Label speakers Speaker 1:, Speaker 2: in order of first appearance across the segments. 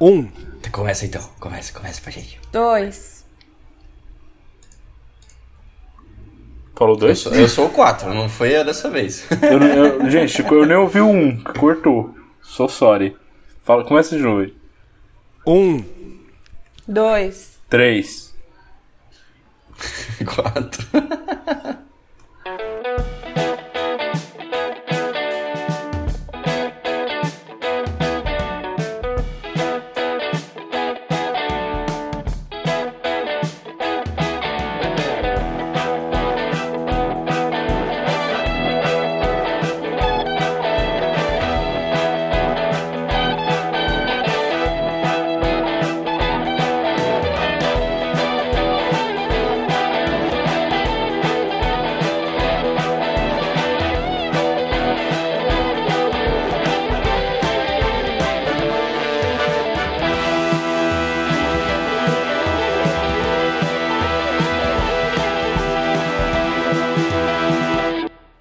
Speaker 1: Um.
Speaker 2: Começa então, começa, começa pra gente.
Speaker 3: Dois.
Speaker 4: Falou
Speaker 2: Eu
Speaker 4: dois?
Speaker 2: sou, eu sou o 4, não foi eu dessa vez.
Speaker 4: Eu não- eu- gente, eu nem ouvi o um, que cortou. Sou sorry. Fala, começa de novo aí.
Speaker 1: Um.
Speaker 3: Dois.
Speaker 4: Três.
Speaker 2: 4.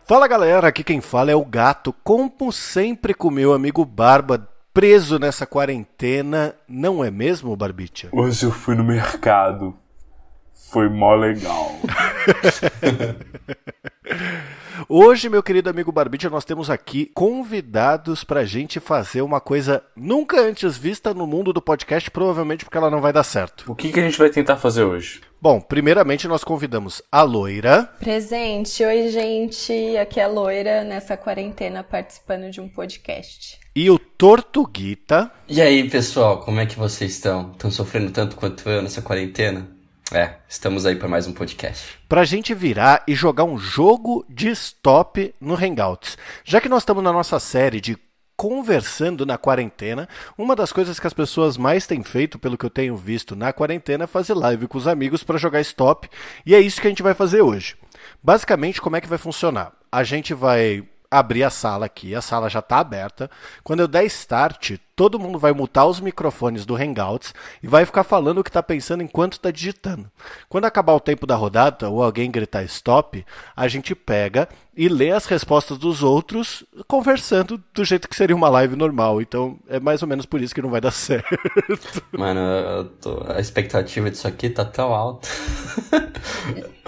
Speaker 1: Fala galera, aqui quem fala é o Gato, como sempre com meu amigo Barba, preso nessa quarentena, não é mesmo, Barbicha?
Speaker 4: Hoje eu fui no mercado. Foi mó legal.
Speaker 1: Hoje, meu querido amigo Barbicha, nós temos aqui convidados pra gente fazer uma coisa nunca antes vista no mundo do podcast, provavelmente porque ela não vai dar certo.
Speaker 4: O que, que a gente vai tentar fazer hoje?
Speaker 1: Bom, primeiramente nós convidamos a Loira,
Speaker 3: Presente. Oi, gente. Aqui é a Loira, nessa quarentena, participando de um podcast.
Speaker 1: e o Tortuguita.
Speaker 2: E aí, pessoal, como é que vocês estão? Estão sofrendo tanto quanto eu nessa quarentena? É, estamos aí para mais um podcast.
Speaker 1: pra gente virar e jogar um jogo de stop no Hangouts. Já que nós estamos na nossa série de conversando na quarentena, uma das coisas que as pessoas mais têm feito, pelo que eu tenho visto na quarentena, é fazer live com os amigos para jogar stop, e é isso que a gente vai fazer hoje. Basicamente, como é que vai funcionar? A gente vai abrir a sala aqui, a sala já está aberta. Quando eu der start, todo mundo vai mutar os microfones do Hangouts e vai ficar falando o que está pensando enquanto está digitando. Quando acabar o tempo da rodada ou alguém gritar stop, a gente pega e lê as respostas dos outros conversando do jeito que seria uma live normal. Então é mais ou menos por isso que não vai dar certo.
Speaker 2: Mano, eu tô- a expectativa disso aqui tá tão alta.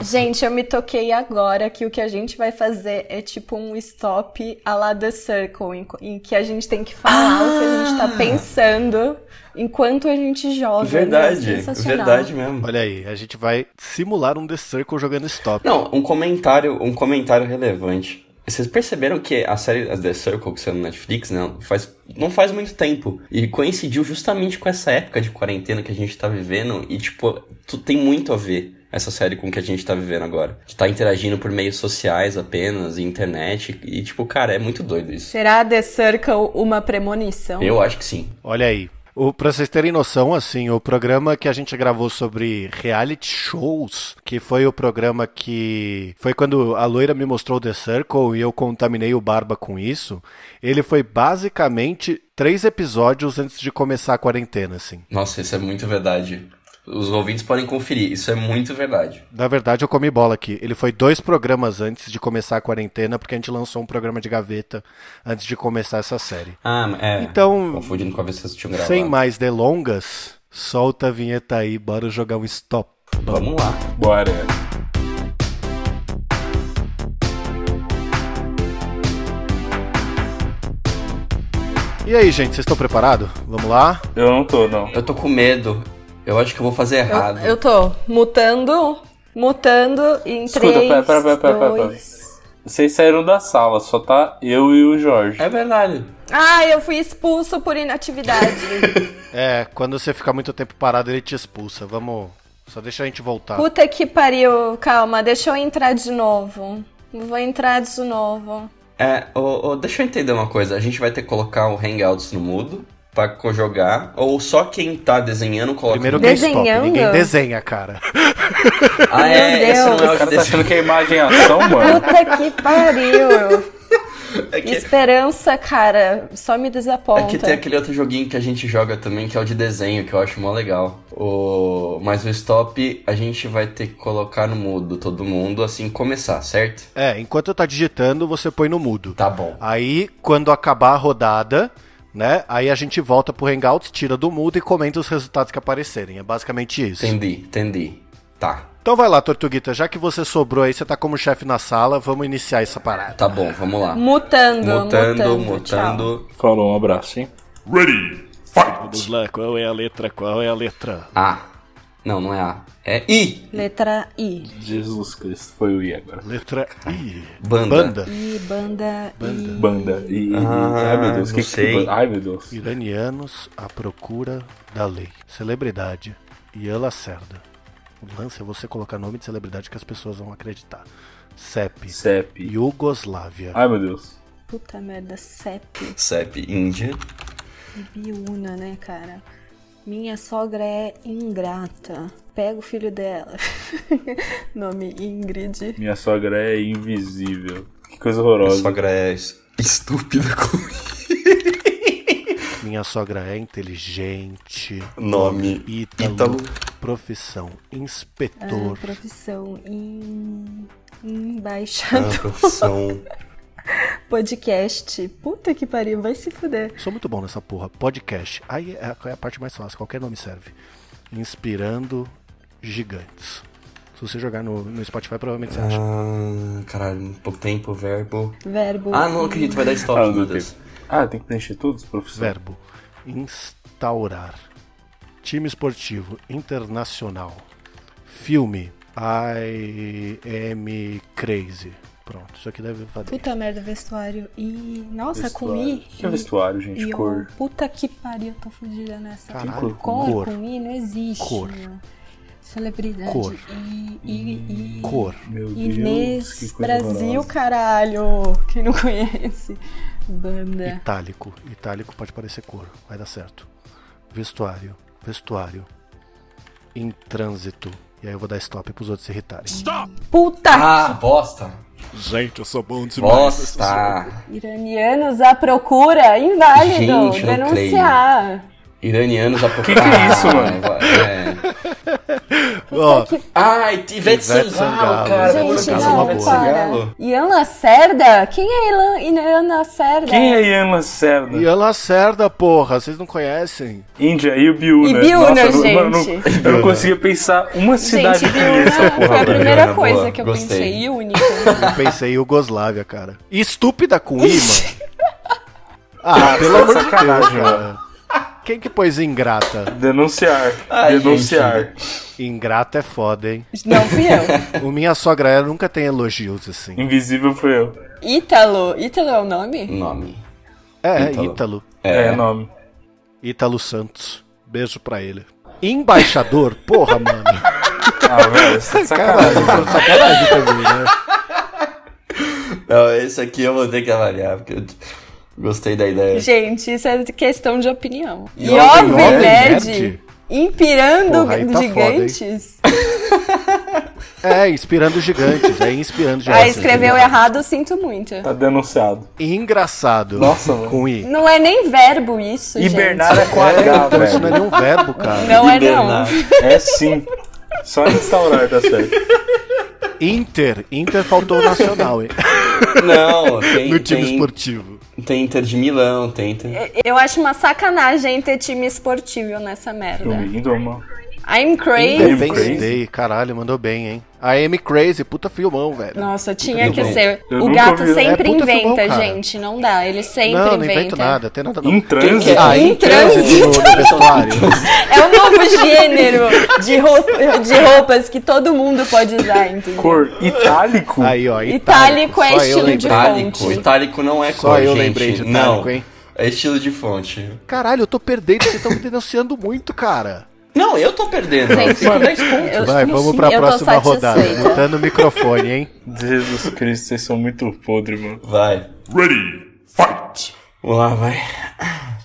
Speaker 3: Gente, eu me toquei agora que o que a gente vai fazer é tipo um stop à la The Circle, em, em que a gente tem que falar o que a gente
Speaker 4: Ah!
Speaker 3: tá pensando enquanto a gente joga. né?
Speaker 2: Verdade,
Speaker 3: Sensacional.
Speaker 2: verdade mesmo.
Speaker 1: Olha aí, a gente vai simular um The Circle jogando stop.
Speaker 2: Não, um comentário, um comentário relevante. Vocês perceberam que a série The Circle que saiu no Netflix, né, faz, não faz muito tempo. E coincidiu justamente com essa época de quarentena que a gente tá vivendo. E, tipo, tu tem muito a ver essa série com o que a gente tá vivendo agora. Que tá interagindo por meios sociais apenas, e internet. E, tipo, cara, é muito doido isso.
Speaker 3: Será The Circle uma premonição?
Speaker 2: Eu acho que sim.
Speaker 1: Olha aí. O, pra vocês terem noção, assim, o programa que a gente gravou sobre reality shows, que foi o programa que. Foi quando a loira me mostrou The Circle e eu contaminei o Barba com isso. Ele foi basicamente três episódios antes de começar a quarentena, assim.
Speaker 2: Nossa, isso é muito verdade. Os ouvintes podem conferir, isso é muito verdade.
Speaker 1: Na verdade, eu comi bola aqui. Ele foi dois programas antes de começar a quarentena, porque a gente lançou um programa de gaveta antes de começar essa série.
Speaker 2: Ah, é.
Speaker 1: Então,
Speaker 2: Confundindo com a vez que vocês tinham gravado.
Speaker 1: sem mais delongas, solta a vinheta aí, bora jogar um stop.
Speaker 2: Vamos lá.
Speaker 4: Bora.
Speaker 1: E aí, gente, vocês estão preparados? Vamos lá?
Speaker 4: Eu não tô, não.
Speaker 2: Eu tô com medo. Eu acho que eu vou fazer errado.
Speaker 3: Eu, eu tô mutando, mutando em
Speaker 4: Escuta,
Speaker 3: três,
Speaker 4: pera, pera, pera, pera, pera, pera.
Speaker 3: dois.
Speaker 4: Vocês saíram da sala, só tá eu e o Jorge.
Speaker 2: É verdade.
Speaker 3: Ah, eu fui expulso por inatividade.
Speaker 1: É, quando você ficar muito tempo parado, ele te expulsa. Vamos. Só deixa a gente
Speaker 2: Tá.
Speaker 1: voltar.
Speaker 3: Puta que pariu. Calma, deixa eu entrar de novo. Vou entrar de novo.
Speaker 2: É, ô, ô, deixa eu entender uma coisa. A gente vai ter que colocar o Hangouts no mudo pra co- jogar. Ou só quem tá desenhando coloca.
Speaker 1: Primeiro
Speaker 2: no...
Speaker 1: que é stop.
Speaker 3: Desenhando?
Speaker 1: Ninguém desenha, cara.
Speaker 2: Ah,
Speaker 3: Meu
Speaker 2: é, esse
Speaker 3: Deus.
Speaker 2: não é
Speaker 4: O
Speaker 2: o que
Speaker 4: cara tá
Speaker 2: desse...
Speaker 4: achando que é imagem e ação, mano.
Speaker 3: Puta que pariu.
Speaker 2: é, que,
Speaker 3: Esperança, cara, só me desaponta.
Speaker 2: é que tem aquele outro joguinho que a gente joga também, que é o de desenho, que eu acho mó legal. O... Mas o stop a gente vai ter que colocar no mudo todo mundo assim que começar, certo?
Speaker 1: É, enquanto tá digitando, você põe no mudo.
Speaker 2: Tá bom.
Speaker 1: Aí, quando acabar a rodada, né? Aí a gente volta pro Hangouts, tira do mudo e comenta os resultados que aparecerem. É basicamente isso.
Speaker 2: Entendi, entendi. Tá.
Speaker 1: Então vai lá, Tortuguita, já que você sobrou aí, você tá como chefe na sala, vamos iniciar essa parada.
Speaker 2: Tá bom, vamos lá.
Speaker 3: Mutando,
Speaker 2: Mutando,
Speaker 3: mutando.
Speaker 2: mutando.
Speaker 4: Falou, um abraço, hein?
Speaker 5: Ready,
Speaker 1: Vamos
Speaker 5: fight!
Speaker 1: lá, qual é a letra? Qual é a letra?
Speaker 2: A. Não, não é A. É I.
Speaker 3: Tchau. Letra I.
Speaker 4: Jesus Cristo, foi o I agora.
Speaker 1: Letra I.
Speaker 2: Banda.
Speaker 3: I, banda, I.
Speaker 4: Banda e.
Speaker 2: Ah,
Speaker 4: ai meu Deus,
Speaker 2: não
Speaker 4: que
Speaker 2: sei.
Speaker 4: que. Ai meu Deus.
Speaker 1: Iranianos à procura da lei. Celebridade. Ian Lacerda. O lance é você colocar nome de celebridade que as pessoas vão acreditar. CEP.
Speaker 4: CEP.
Speaker 1: Iugoslávia.
Speaker 4: Ai meu Deus.
Speaker 3: Puta merda, CEP.
Speaker 2: CEP Índia.
Speaker 3: Biúna, né, cara? Minha sogra é ingrata. Pega o filho dela. Nome Ingrid.
Speaker 4: Minha sogra é invisível. Que coisa
Speaker 2: Minha
Speaker 4: horrorosa.
Speaker 2: sogra é es- estúpida com
Speaker 1: Minha sogra é inteligente.
Speaker 2: nome.
Speaker 1: Ítalo.
Speaker 2: Ítalo.
Speaker 1: Profissão.
Speaker 3: Ah,
Speaker 1: Inspetor.
Speaker 3: profissão em... embaixador.
Speaker 2: Ah, profissão.
Speaker 3: Podcast. Puta que pariu, vai se fuder.
Speaker 1: Sou muito bom nessa porra. Podcast. Aí é a, é a parte mais fácil, qualquer nome serve. Inspirando gigantes. Se você jogar no, no Spotify, provavelmente você acha.
Speaker 2: Ah, caralho, pouco tempo, verbo.
Speaker 3: Verbo.
Speaker 2: Ah, não acredito, vai dar
Speaker 1: é
Speaker 4: Ah,
Speaker 2: stop,
Speaker 4: não
Speaker 2: meu
Speaker 4: tem.
Speaker 2: Deus.
Speaker 4: Ah, tem que preencher todos, professor?
Speaker 1: Verbo. Instaurar. Time esportivo. Internacional. Filme. I am crazy. Pronto, isso aqui deve valer.
Speaker 3: Puta merda, vestuário. E. Nossa,
Speaker 4: Vestuário.
Speaker 3: com I.
Speaker 4: O que é vestuário, gente?
Speaker 3: I, ó.
Speaker 4: Cor.
Speaker 3: Puta que pariu, tô fudida nessa.
Speaker 1: Caralho,
Speaker 3: Cor,
Speaker 1: cor.
Speaker 3: com I não existe.
Speaker 1: Cor.
Speaker 3: meu. Celebridade.
Speaker 1: Cor.
Speaker 3: I, I, I.
Speaker 1: Cor.
Speaker 4: Meu Deus.
Speaker 3: Inês
Speaker 4: que coisa
Speaker 3: Brasil,
Speaker 4: horrorosa.
Speaker 3: caralho. Quem não conhece? Banda.
Speaker 1: Itálico. Itálico pode parecer cor. Vai dar certo. Vestuário. Vestuário. Em trânsito. E aí eu vou dar stop pros outros se irritarem.
Speaker 3: Puta!
Speaker 2: Ah, bosta.
Speaker 1: Gente, eu sou bom
Speaker 2: Bosta.
Speaker 3: Iranianos à procura, inválido,
Speaker 2: Gente, eu não
Speaker 3: denunciar.
Speaker 2: Iranianos a procurar.
Speaker 4: Que que é isso, mano?
Speaker 2: Ah, É.
Speaker 1: Ó,
Speaker 2: Ai, Ivete Sangalo,
Speaker 1: Sangalo,
Speaker 2: cara. tá
Speaker 1: Ivete
Speaker 2: por
Speaker 3: Gente,
Speaker 2: acaso,
Speaker 1: Sangalo,
Speaker 3: não,
Speaker 2: Ivete
Speaker 3: para.
Speaker 2: Sangalo.
Speaker 3: Ian Lacerda? Quem é Ilan- Ian Lacerda?
Speaker 4: Quem é Ian Lacerda?
Speaker 1: Ian Lacerda, porra, vocês não conhecem?
Speaker 4: Índia e o Biúna.
Speaker 3: E Biúna,
Speaker 4: Nossa, eu não- eu não-
Speaker 3: gente.
Speaker 4: Eu não,
Speaker 1: né?
Speaker 4: conseguia pensar uma cidade
Speaker 3: Gente,
Speaker 4: que tinha essa
Speaker 3: Iuna
Speaker 4: porra.
Speaker 3: foi a
Speaker 4: é velho.
Speaker 2: Iuna,
Speaker 3: primeira
Speaker 2: boa,
Speaker 3: coisa que eu
Speaker 2: gostei.
Speaker 3: pensei. E única.
Speaker 1: Eu pensei em Yugoslávia, cara. E estúpida com I, mano. Ah, pelo amor de Deus,
Speaker 4: sacanagem,
Speaker 1: cara. Quem que pôs ingrata?
Speaker 4: Denunciar.
Speaker 2: Ai,
Speaker 4: denunciar.
Speaker 1: Ingrata é foda, hein?
Speaker 3: Não fui eu.
Speaker 1: O Minha Sogra Ela nunca tem elogios, assim.
Speaker 4: Invisível foi eu.
Speaker 3: Ítalo. Ítalo é o nome?
Speaker 2: Nome.
Speaker 1: É,
Speaker 2: Ítalo.
Speaker 1: Ítalo.
Speaker 4: É, nome.
Speaker 1: Ítalo Santos. Beijo pra ele. Embaixador? Porra, mano.
Speaker 4: Ah, velho, você tá de sacanagem.
Speaker 1: Caralho, mano, sacanagem também, né?
Speaker 2: Não, esse aqui eu vou ter que avaliar, porque eu gostei da ideia.
Speaker 3: Gente, isso é questão de opinião.
Speaker 2: Hum. E
Speaker 3: Jovem
Speaker 2: Jovem
Speaker 1: Nerd?
Speaker 3: Nerd. Inspirando
Speaker 1: Porra, aí tá
Speaker 3: gigantes.
Speaker 1: É, inspirando gigantes. É inspirando
Speaker 3: ah,
Speaker 1: gigantes.
Speaker 3: escreveu errado, sinto muito.
Speaker 4: Tá denunciado.
Speaker 1: Engraçado.
Speaker 4: Nossa, mano.
Speaker 1: Com I.
Speaker 3: Não é nem verbo isso,
Speaker 4: Hibernada com
Speaker 1: É,
Speaker 4: H,
Speaker 1: então isso não é
Speaker 4: velho.
Speaker 1: nenhum verbo, cara.
Speaker 3: gente. Não é não.
Speaker 2: Hibernar.
Speaker 4: É sim. Só instaurar tá certo.
Speaker 1: Inter. Inter faltou o Nacional, hein?
Speaker 2: Não, tem,
Speaker 1: No time
Speaker 2: tem-
Speaker 1: esportivo.
Speaker 2: tem Inter de Milão, tem Inter...
Speaker 3: Eu acho uma sacanagem ter time esportivo nessa merda.
Speaker 4: Lindo, mano.
Speaker 3: I'm crazy.
Speaker 1: Independence
Speaker 4: Crazy.
Speaker 1: Day. Caralho, mandou bem, hein? A M Crazy. Puta filmão, velho.
Speaker 3: Nossa, tinha
Speaker 2: Tudo
Speaker 3: que
Speaker 2: bom.
Speaker 3: ser.
Speaker 4: Eu
Speaker 3: o
Speaker 4: nunca
Speaker 3: gato
Speaker 4: ouvi-
Speaker 3: sempre
Speaker 1: É, puta
Speaker 3: inventa,
Speaker 1: filmão, cara.
Speaker 3: gente. Não dá. Ele sempre
Speaker 1: não, não
Speaker 3: inventa. Um
Speaker 1: invento nada. Tem nada não.
Speaker 4: Em trânsito.
Speaker 1: Ah, em trânsito no no vestuário.
Speaker 3: É um novo gênero de, roupa- de roupas que todo mundo pode usar, entendeu?
Speaker 4: Cor itálico.
Speaker 1: Aí, ó.
Speaker 3: Itálico é
Speaker 1: Só eu
Speaker 3: estilo de
Speaker 1: lembrei.
Speaker 2: Itálico.
Speaker 3: fonte.
Speaker 2: Itálico não é
Speaker 1: Só
Speaker 2: cor,
Speaker 1: eu
Speaker 2: gente.
Speaker 1: lembrei de itálico,
Speaker 2: não.
Speaker 1: hein?
Speaker 2: É estilo de fonte.
Speaker 1: Caralho, eu tô perdendo. Vocês estão denunciando muito, cara.
Speaker 2: Não, eu tô perdendo.
Speaker 3: Gente,
Speaker 2: Eu fico 10 pontos.
Speaker 3: eu-
Speaker 1: Vai, vamos pra
Speaker 3: eu tô
Speaker 1: próxima rodada. né?
Speaker 3: satisfeita.
Speaker 1: Botando o microfone, hein?
Speaker 4: Jesus Cristo, vocês são muito podres, mano.
Speaker 2: Vai.
Speaker 5: Ready, fight!
Speaker 2: Vamos lá, vai.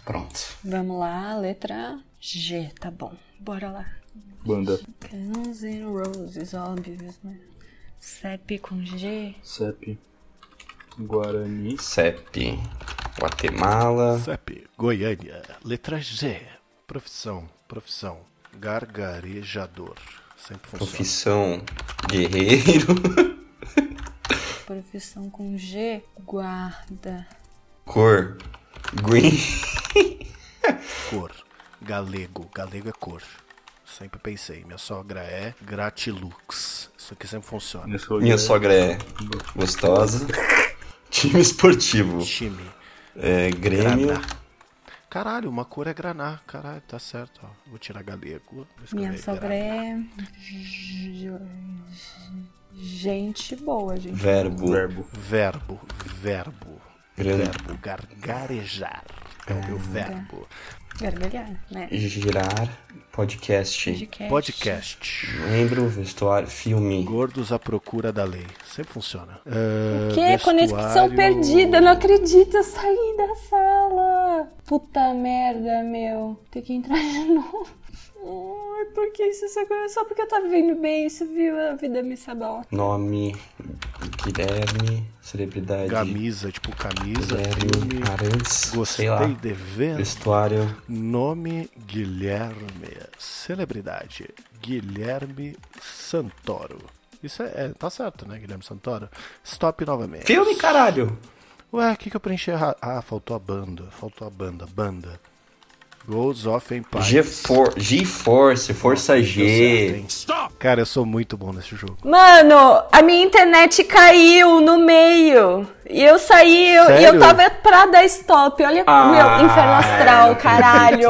Speaker 2: Pronto.
Speaker 3: Vamos lá, letra G, tá bom. Bora lá.
Speaker 4: Banda.
Speaker 3: Guns N' Roses, óbvio, né? CEP com G.
Speaker 4: CEP. Guarani.
Speaker 2: CEP. Guatemala.
Speaker 1: CEP, Goiânia. Letra G. Profissão, profissão. Gargarejador. Sempre funciona.
Speaker 2: Profissão. Guerreiro.
Speaker 3: Profissão com G. Guarda.
Speaker 2: Cor. Green.
Speaker 1: Cor. Galego. Galego é cor. Sempre pensei. Minha sogra é gratilux. Isso aqui sempre funciona.
Speaker 4: Nesse lugar.
Speaker 2: Minha sogra é gostosa. Time esportivo.
Speaker 1: Time.
Speaker 2: É, Grêmio.
Speaker 1: Graná. Caralho, uma cor é graná. Caralho, tá certo. Ó. Vou tirar galego. Vou escrever
Speaker 3: Minha sogra
Speaker 1: graná.
Speaker 3: é. Gente boa, gente.
Speaker 2: Verbo.
Speaker 4: Verbo.
Speaker 1: Verbo. Verbo.
Speaker 2: Grana.
Speaker 1: Verbo. Gargarejar. É o meu verbo.
Speaker 3: Gargalhar, né?
Speaker 2: Girar. Podcast.
Speaker 3: Podcast.
Speaker 1: Podcast.
Speaker 2: Membro, vestuário, filme.
Speaker 1: Gordos à procura da lei. Sempre funciona.
Speaker 2: É,
Speaker 1: Ah,
Speaker 3: Que conexão
Speaker 1: vestuário-
Speaker 3: perdida, não acredito, eu saí da sala. Puta merda, meu. Tem que entrar de novo. Ai, por que isso só Só porque eu tava vivendo bem isso, viu? A vida me sabota.
Speaker 2: Nome. Guilherme. Celebridade.
Speaker 1: Camisa, tipo camisa,
Speaker 2: Guilherme.
Speaker 1: filme.
Speaker 2: Arantes. Sei lá.
Speaker 1: Gostei de ver.
Speaker 2: Vestuário.
Speaker 1: Nome Guilherme. Celebridade Guilherme Santoro. Isso é, é- tá certo, né, Guilherme Santoro? Stop novamente.
Speaker 2: Filme, caralho!
Speaker 1: Ué, o que, que eu preenchi? errado? Ah, faltou a banda. Faltou a banda. Banda. Goals of Empire.
Speaker 2: G-For- G-Force, Força G.
Speaker 1: Cara, eu sou muito bom nesse jogo.
Speaker 3: Mano, a minha internet caiu no meio. E eu saí, eu, e eu
Speaker 1: Sério?
Speaker 3: tava pra dar stop. Olha,
Speaker 2: Ah,
Speaker 3: meu, inferno astral,
Speaker 2: não
Speaker 3: caralho.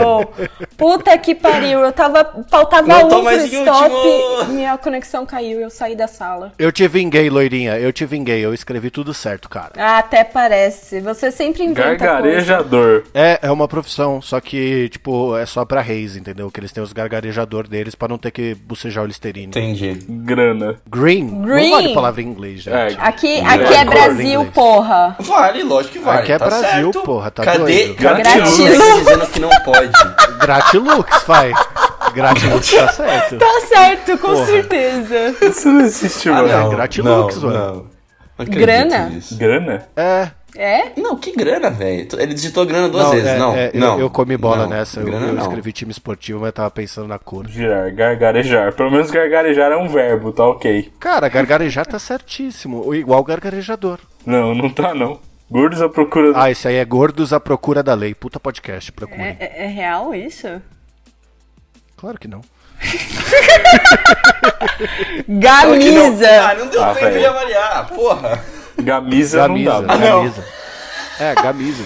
Speaker 3: Puta que pariu. Eu tava. Faltava
Speaker 2: Não tô
Speaker 3: um pro
Speaker 2: mais em
Speaker 3: stop.
Speaker 2: último.
Speaker 3: Minha conexão caiu, eu saí da sala.
Speaker 1: Eu te vinguei, loirinha. Eu te vinguei. Eu escrevi tudo certo, cara.
Speaker 3: Ah, até parece. Você sempre inventa coisa.
Speaker 4: Gargarejador.
Speaker 1: É, é uma profissão, só que, tipo, é só pra reis, entendeu? Que eles têm os gargarejador deles pra não ter que bucejar o listerine.
Speaker 2: Entendi.
Speaker 4: Grana.
Speaker 1: Green.
Speaker 3: Green.
Speaker 1: Não vale palavra em inglês, gente.
Speaker 4: É,
Speaker 3: Aqui, aqui é
Speaker 1: Gargarejador
Speaker 3: Brasil,
Speaker 1: inglês.
Speaker 3: porra.
Speaker 2: Vale, lógico que vale.
Speaker 1: Aqui é
Speaker 2: tá
Speaker 1: Brasil,
Speaker 2: certo.
Speaker 1: porra, tá
Speaker 2: Cadê?
Speaker 1: doido?
Speaker 2: Cadê
Speaker 3: Gratiluz.
Speaker 2: Gratiluz dizendo que não pode?
Speaker 1: Gratilux, vai. Gratilux tá certo.
Speaker 3: Tá certo, com
Speaker 1: Porra.
Speaker 3: certeza.
Speaker 4: Isso não existe,
Speaker 2: Ah,
Speaker 4: mano.
Speaker 2: não,
Speaker 1: Gratilux,
Speaker 2: não,
Speaker 1: mano.
Speaker 2: não. Não acredito
Speaker 3: Grana?
Speaker 2: nisso.
Speaker 4: Grana?
Speaker 1: É,
Speaker 3: É?
Speaker 2: Não, que grana, velho. Ele digitou grana duas
Speaker 1: não,
Speaker 2: vezes.
Speaker 1: é,
Speaker 2: não,
Speaker 1: é, eu-
Speaker 2: não.
Speaker 1: Eu, comi bola
Speaker 2: Não,
Speaker 1: nessa. Eu,
Speaker 2: grana
Speaker 1: eu
Speaker 2: não.
Speaker 1: escrevi time esportivo, mas tava pensando na cor.
Speaker 4: Girar. Gargarejar. Pelo menos gargarejar é um verbo, tá ok.
Speaker 1: Cara, gargarejar tá certíssimo. ou Igual gargarejador.
Speaker 4: Não, não tá não. Gordos à procura do.
Speaker 1: Ah, esse aí é Gordos à Procura da Lei. Puta podcast, procurem.
Speaker 3: É, é- é real isso?
Speaker 1: Claro que não.
Speaker 2: Claro que não.
Speaker 3: Gamisa.
Speaker 2: Ah, não deu
Speaker 4: Ah,
Speaker 2: tempo
Speaker 4: velho.
Speaker 2: de avaliar, porra.
Speaker 4: Gamisa,
Speaker 1: Camisa,
Speaker 4: não dá.
Speaker 2: não.
Speaker 1: camisa. É, camisa.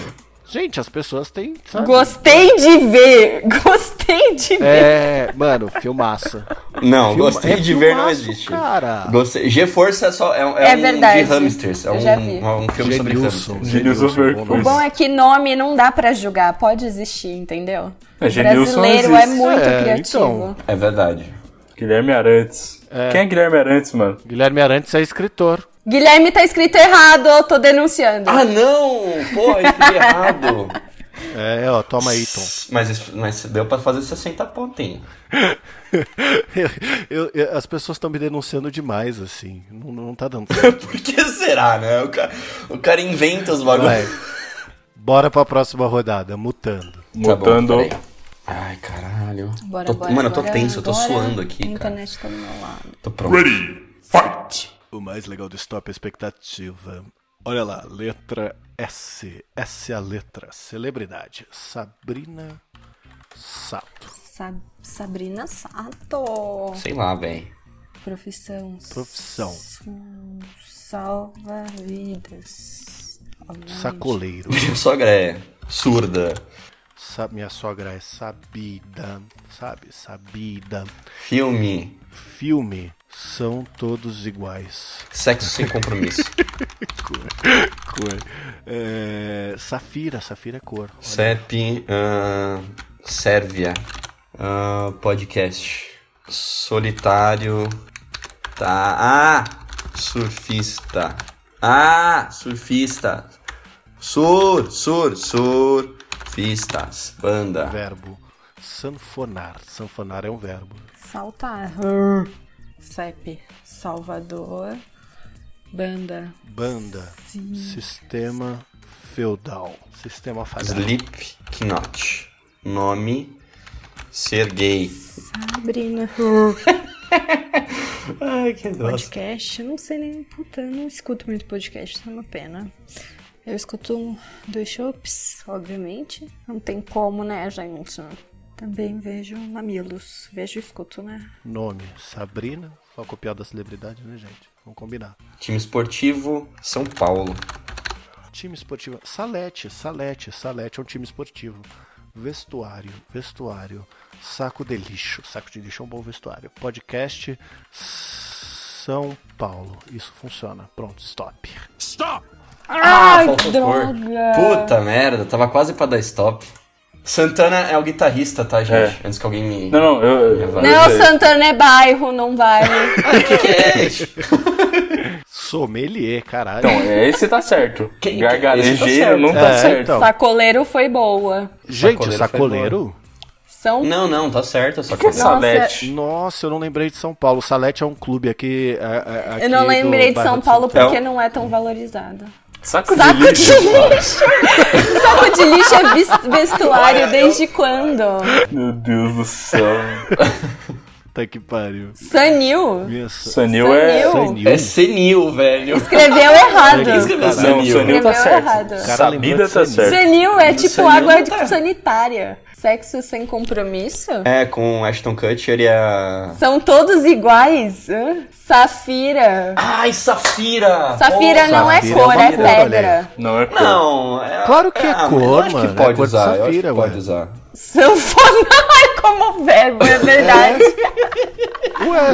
Speaker 1: Gente, as pessoas têm. Sabe?
Speaker 3: Gostei de ver. Gostei de ver.
Speaker 1: É, mano, filmaça.
Speaker 2: Não,
Speaker 1: Filma-
Speaker 2: gostei
Speaker 1: é
Speaker 2: de ver, não
Speaker 1: filmaço,
Speaker 2: existe.
Speaker 1: cara.
Speaker 2: Gostei. G-Force é só. É, um- é
Speaker 3: É
Speaker 2: um
Speaker 3: verdade.
Speaker 2: de hamsters. É
Speaker 3: Eu
Speaker 2: um,
Speaker 3: já vi.
Speaker 2: um, um filme sobre
Speaker 1: Genilson.
Speaker 2: hamsters.
Speaker 4: Genilson
Speaker 1: bom nome.
Speaker 4: Vercors.
Speaker 3: O bom é que nome não dá pra julgar, pode existir, entendeu?
Speaker 4: É, Genilson não
Speaker 3: Brasileiro é
Speaker 4: existe.
Speaker 3: muito
Speaker 1: É,
Speaker 3: criativo.
Speaker 2: É verdade.
Speaker 4: Guilherme Arantes. Quem é Guilherme Arantes, mano?
Speaker 2: Tá
Speaker 1: Guilherme Arantes é escritor.
Speaker 3: Guilherme tá escrito errado, eu tô denunciando.
Speaker 2: Ah, não! Porra, eu escrevi errado.
Speaker 1: É, ó, toma aí, Tom.
Speaker 2: Mas, isso- mas deu pra fazer 60 pontinhos.
Speaker 1: Eu- eu- as pessoas estão me denunciando demais, assim. Não, não tá dando certo.
Speaker 2: Por que será, né? O cara, o cara inventa os
Speaker 1: Vai.
Speaker 2: bagulhos.
Speaker 1: Bora pra próxima rodada, mutando.
Speaker 2: Tá bom,
Speaker 4: Mutando.
Speaker 2: peraí. Ai, caralho.
Speaker 3: Bora,
Speaker 2: Tô-
Speaker 3: bora,
Speaker 2: mano, eu tô
Speaker 3: bora,
Speaker 2: tenso, eu tô
Speaker 3: bora.
Speaker 2: suando aqui,
Speaker 3: A
Speaker 2: cara.
Speaker 3: internet tá do meu lado.
Speaker 2: Tô pronto.
Speaker 5: Ready. Fight.
Speaker 1: O mais legal do Stop é a expectativa. Olha lá, letra S. S é a letra. Celebridade. Sabrina Sato.
Speaker 3: Sa- Sabrina Sato.
Speaker 2: Sei lá, velho.
Speaker 3: Profissão.
Speaker 1: Profissão.
Speaker 3: Su- Salva vidas. Obviamente.
Speaker 1: Sacoleiro.
Speaker 2: Minha sogra é surda.
Speaker 1: Sa- minha sogra é sabida. Sabe? Sabida.
Speaker 2: Filme.
Speaker 1: Filme. São todos iguais.
Speaker 2: Sexo sem compromisso.
Speaker 1: Cor. É, Safira. Safira é cor. Olha.
Speaker 2: CEP. ahn, ah, Sérvia. ahn, podcast. Solitário. Tá. Ah! Surfista. Ah! Surfista. Sur, sur, sur. Fistas. Banda.
Speaker 1: Verbo. Sanfonar. Sanfonar é um verbo.
Speaker 3: Saltar. CEP. Salvador. Banda.
Speaker 1: Banda. Sistema feudal. Sistema fadal.
Speaker 2: Slipknot. Nome. Sergei.
Speaker 3: Sabrina.
Speaker 2: Ai, que
Speaker 3: Podcast, eu não sei nem, puta, eu não escuto muito podcast, isso é uma pena. Eu escuto um dos Chopes, obviamente. Não tem como, né, gente? Também vejo mamilos. Vejo e escuto, né?
Speaker 1: Nome: Sabrina. Só copiar da celebridade, né, gente? Vamos combinar.
Speaker 2: Time esportivo, São Paulo.
Speaker 1: Time esportivo. Salete, Salete, Salete é um time esportivo. Vestuário, vestuário. Saco de lixo. Saco de lixo é um bom vestuário. Podcast São Paulo. Isso funciona. Pronto, stop.
Speaker 5: Stop!
Speaker 2: Ah, faltou cor. Puta merda, tava quase pra dar stop. Santana é o guitarrista, tá, gente? Antes que alguém me.
Speaker 4: Não, não, eu. eu
Speaker 2: Não,
Speaker 3: Não,
Speaker 4: eu sei.
Speaker 3: Santana é bairro, não vale.
Speaker 2: Que que é isso?
Speaker 1: Sommelier, caralho.
Speaker 4: Então, é, esse tá certo.
Speaker 2: Quem- esse tá
Speaker 4: Gargarejeiro
Speaker 2: certo.
Speaker 4: não tá
Speaker 1: É,
Speaker 4: certo.
Speaker 1: então.
Speaker 3: Sacoleiro foi boa.
Speaker 1: gente,
Speaker 2: Sacoleiro
Speaker 1: sacoleiro?
Speaker 3: São
Speaker 2: Não, não, tá certo, só que.
Speaker 4: Que Salete.
Speaker 1: Nossa, eu não lembrei de São Paulo. Salete é um clube aqui. é, é, aqui
Speaker 3: Eu não
Speaker 1: do
Speaker 3: lembrei de
Speaker 1: bairro
Speaker 3: São Paulo
Speaker 2: Paulo.
Speaker 3: porque não é tão valorizado.
Speaker 4: Saco,
Speaker 3: Saco
Speaker 4: de
Speaker 3: de
Speaker 4: lixo. cara.
Speaker 3: lixo! Saco de lixo é vis- vestuário desde quando?
Speaker 4: Meu Deus do céu.
Speaker 1: Puta que pariu.
Speaker 3: Sanil
Speaker 1: Minha sa-
Speaker 4: Sanil é.
Speaker 3: Sanil.
Speaker 1: Sanil.
Speaker 2: É senil, velho.
Speaker 3: escreveu
Speaker 2: Quem
Speaker 3: errado.
Speaker 2: escreveu
Speaker 1: Caralho,
Speaker 4: Não,
Speaker 2: senil?
Speaker 4: Sanil
Speaker 3: Escreveu
Speaker 4: tá
Speaker 3: é errado.
Speaker 4: certo.
Speaker 1: cara
Speaker 4: Sabida
Speaker 1: lembrou
Speaker 4: tá
Speaker 1: de
Speaker 4: certo.
Speaker 3: Sanil é tipo
Speaker 2: Sanil
Speaker 3: água
Speaker 2: não
Speaker 3: de
Speaker 2: tá.
Speaker 3: sanitária. Sexo sem compromisso?
Speaker 2: É, com o Ashton Kutcher e a.
Speaker 3: São todos iguais? Hã? Safira.
Speaker 2: Ai, Safira!
Speaker 3: Safira
Speaker 2: Ah, Porra.
Speaker 3: não é
Speaker 1: Safira
Speaker 3: cor,
Speaker 1: é uma
Speaker 3: é
Speaker 1: merda,
Speaker 3: pedra.
Speaker 4: Não é cor.
Speaker 2: Não, é.
Speaker 1: Claro que é
Speaker 2: ah,
Speaker 1: cor,
Speaker 2: eu acho
Speaker 1: mano,
Speaker 2: que
Speaker 1: é
Speaker 2: pode
Speaker 1: cor de
Speaker 2: usar, eu acho
Speaker 1: safira,
Speaker 2: que
Speaker 1: ué.
Speaker 2: pode usar.
Speaker 3: Sanfona Ai, como verbo, é verdade.
Speaker 1: Ué,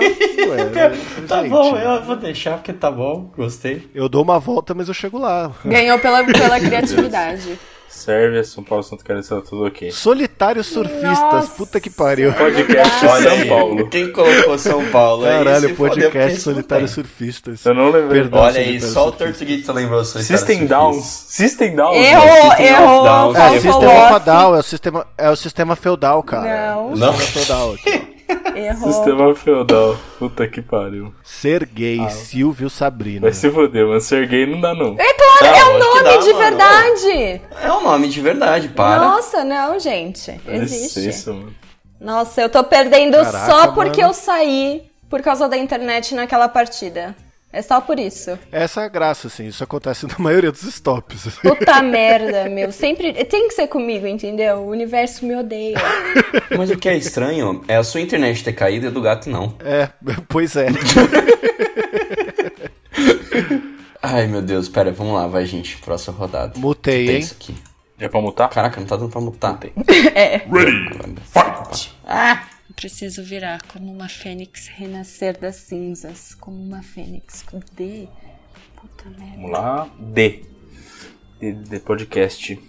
Speaker 1: Ué,
Speaker 2: Tá
Speaker 1: gente.
Speaker 2: bom, eu vou deixar porque tá bom, gostei.
Speaker 1: Eu dou uma volta, mas eu chego lá.
Speaker 3: Ganhou pela, pela criatividade.
Speaker 4: Sérvia, é São Paulo, Santa Catarina, tudo ok.
Speaker 1: Solitários surfistas,
Speaker 3: Nossa.
Speaker 1: puta que pariu.
Speaker 4: Podcast São Paulo.
Speaker 2: Quem colocou São Paulo?
Speaker 1: Caralho,
Speaker 2: aí se fodeu, porque é
Speaker 1: podcast
Speaker 2: isso não
Speaker 1: Solitários
Speaker 2: tem.
Speaker 1: Surfistas.
Speaker 4: Eu não lembrei.
Speaker 1: Perdão.
Speaker 2: Olha aí,
Speaker 1: Solitários
Speaker 2: só o
Speaker 1: Surfistas.
Speaker 2: Tortuguita lembrou Solitários Surfistas.
Speaker 4: System Down. System Down.
Speaker 3: Errou,
Speaker 2: System of
Speaker 3: errou.
Speaker 2: Down.
Speaker 1: É, o
Speaker 2: Eu
Speaker 1: sistema
Speaker 3: falou
Speaker 1: feudal, é o sistema, é o sistema feudal, cara.
Speaker 3: Não.
Speaker 1: É o
Speaker 2: Não.
Speaker 1: sistema feudal aqui.
Speaker 3: Errou.
Speaker 4: Sistema feudal. Puta que pariu.
Speaker 1: Ser gay, Silvio Sabrina.
Speaker 4: Vai se foder, mano. Ser gay não dá, não.
Speaker 3: É claro,
Speaker 2: Tá,
Speaker 3: é
Speaker 2: eu
Speaker 3: o
Speaker 2: acho que
Speaker 3: nome
Speaker 2: dá,
Speaker 3: de
Speaker 2: mano.
Speaker 3: verdade.
Speaker 2: É um nome de verdade, para.
Speaker 3: Nossa, não, gente. Existe.
Speaker 4: Isso, mano.
Speaker 3: Nossa, eu tô perdendo
Speaker 1: Caraca,
Speaker 3: só porque eu
Speaker 1: mano.
Speaker 3: saí por causa da internet naquela partida. É só por isso.
Speaker 1: Essa é a graça, assim. Isso acontece na maioria dos stops. assim.
Speaker 3: Puta merda, meu. Sempre tem que ser comigo, entendeu? O universo me odeia.
Speaker 2: Mas o que é estranho é a sua internet ter caído e a do gato não.
Speaker 1: É, pois é.
Speaker 2: Ai, meu Deus, pera, vamos lá, vai, gente, próxima rodada.
Speaker 1: Mutei,
Speaker 2: Tem
Speaker 1: hein?
Speaker 2: isso aqui.
Speaker 4: É pra mutar?
Speaker 2: Caraca, não tá dando pra mutar.
Speaker 5: Ready, fight!
Speaker 3: Preciso virar como uma fênix, renascer das cinzas, como uma fênix. Cadê? Puta merda.
Speaker 4: Vamos lá. D. D de podcast.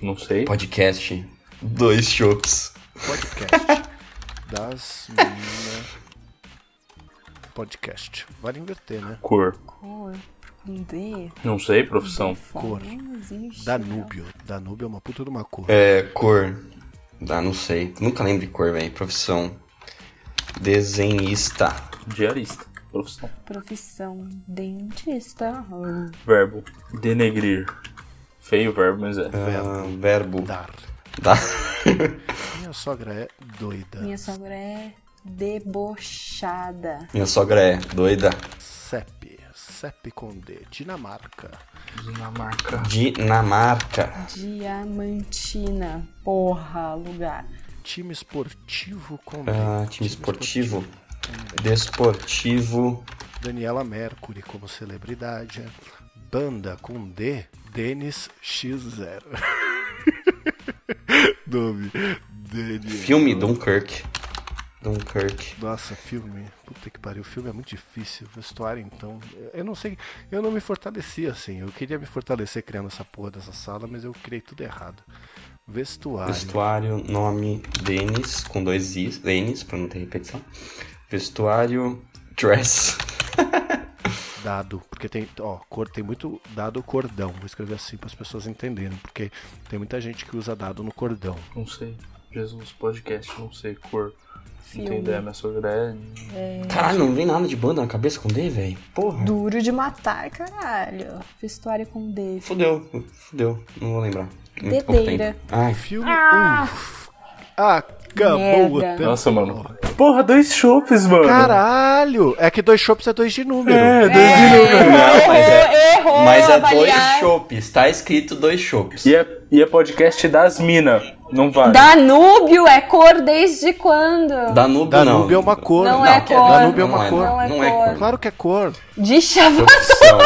Speaker 4: Não sei.
Speaker 2: Podcast, dois shows.
Speaker 1: Podcast. Das meninas. Podcast. Vale inverter, né?
Speaker 4: Cor.
Speaker 3: Cor, com D.
Speaker 4: Não sei, profissão.
Speaker 1: Cor.
Speaker 3: Não existe.
Speaker 1: Danúbio. Danúbio é uma puta de uma cor.
Speaker 2: É, cor. Ah, não sei. Nunca lembro de cor, velho. Profissão. Desenhista.
Speaker 4: Diarista. Profissão.
Speaker 3: Profissão dentista.
Speaker 4: Verbo. Denegrir. Feio verbo, mas é.
Speaker 2: Ah, verbo.
Speaker 1: Dar.
Speaker 2: Dá.
Speaker 1: Minha sogra é doida.
Speaker 3: Minha sogra é debochada.
Speaker 2: Minha sogra é doida.
Speaker 1: CEP. CEP com D. Dinamarca.
Speaker 4: Dinamarca.
Speaker 2: Dinamarca.
Speaker 3: Diamantina. Porra, lugar.
Speaker 1: Time esportivo com D.
Speaker 2: Ah, time esportivo. Desportivo.
Speaker 1: Daniela Mercury como celebridade. Banda com D. Denis X0. Nome. Denis.
Speaker 2: Filme Dunkirk. Dunkirk.
Speaker 1: Nossa, filme. Puta que pariu, filme é muito difícil. Vestuário, então. Eu não sei. Eu não me fortaleci assim. Eu queria me fortalecer criando essa porra dessa sala, mas eu criei tudo errado. Vestuário.
Speaker 2: Vestuário, nome, Denis, com dois Is, Denis, pra não ter repetição. Vestuário, dress.
Speaker 1: Dado. Porque tem. Ó, cor, tem muito dado cordão. Vou escrever assim para as pessoas entenderem. Porque tem muita gente que usa dado no cordão.
Speaker 4: Não sei. Jesus, podcast, não sei. Cor. Não
Speaker 3: Filme.
Speaker 4: tenho ideia, minha sogra é.
Speaker 2: Caralho, não vem nada de banda na cabeça com D, velho. Porra.
Speaker 3: Duro de matar, caralho. Vestuário com D.
Speaker 2: Fudeu, fudeu, não vou lembrar. Muito pouco
Speaker 3: Dedeira.
Speaker 2: tempo. Ai,
Speaker 1: Filme. Ah! Acabou
Speaker 3: Merda.
Speaker 1: o tempo.
Speaker 4: Nossa, mano. Porra, dois chopes, mano.
Speaker 1: Caralho! É que dois chopps é dois de número.
Speaker 4: É, dois de número.
Speaker 2: Não, mas é,
Speaker 3: errou
Speaker 2: mas é dois
Speaker 3: avaliar.
Speaker 2: chopes. Tá escrito dois chopes.
Speaker 4: E é, e é podcast das mina. Não vale.
Speaker 3: Danúbio é cor desde quando?
Speaker 2: Danúbio,
Speaker 1: Danúbio
Speaker 2: não.
Speaker 1: é uma cor.
Speaker 3: Não é
Speaker 2: que-
Speaker 3: cor.
Speaker 1: Danúbio é uma cor.
Speaker 2: Não é,
Speaker 3: Não
Speaker 2: não
Speaker 3: é
Speaker 2: é
Speaker 3: cor.
Speaker 2: cor.
Speaker 1: Claro que é cor.
Speaker 3: De chavador.
Speaker 2: Profissão.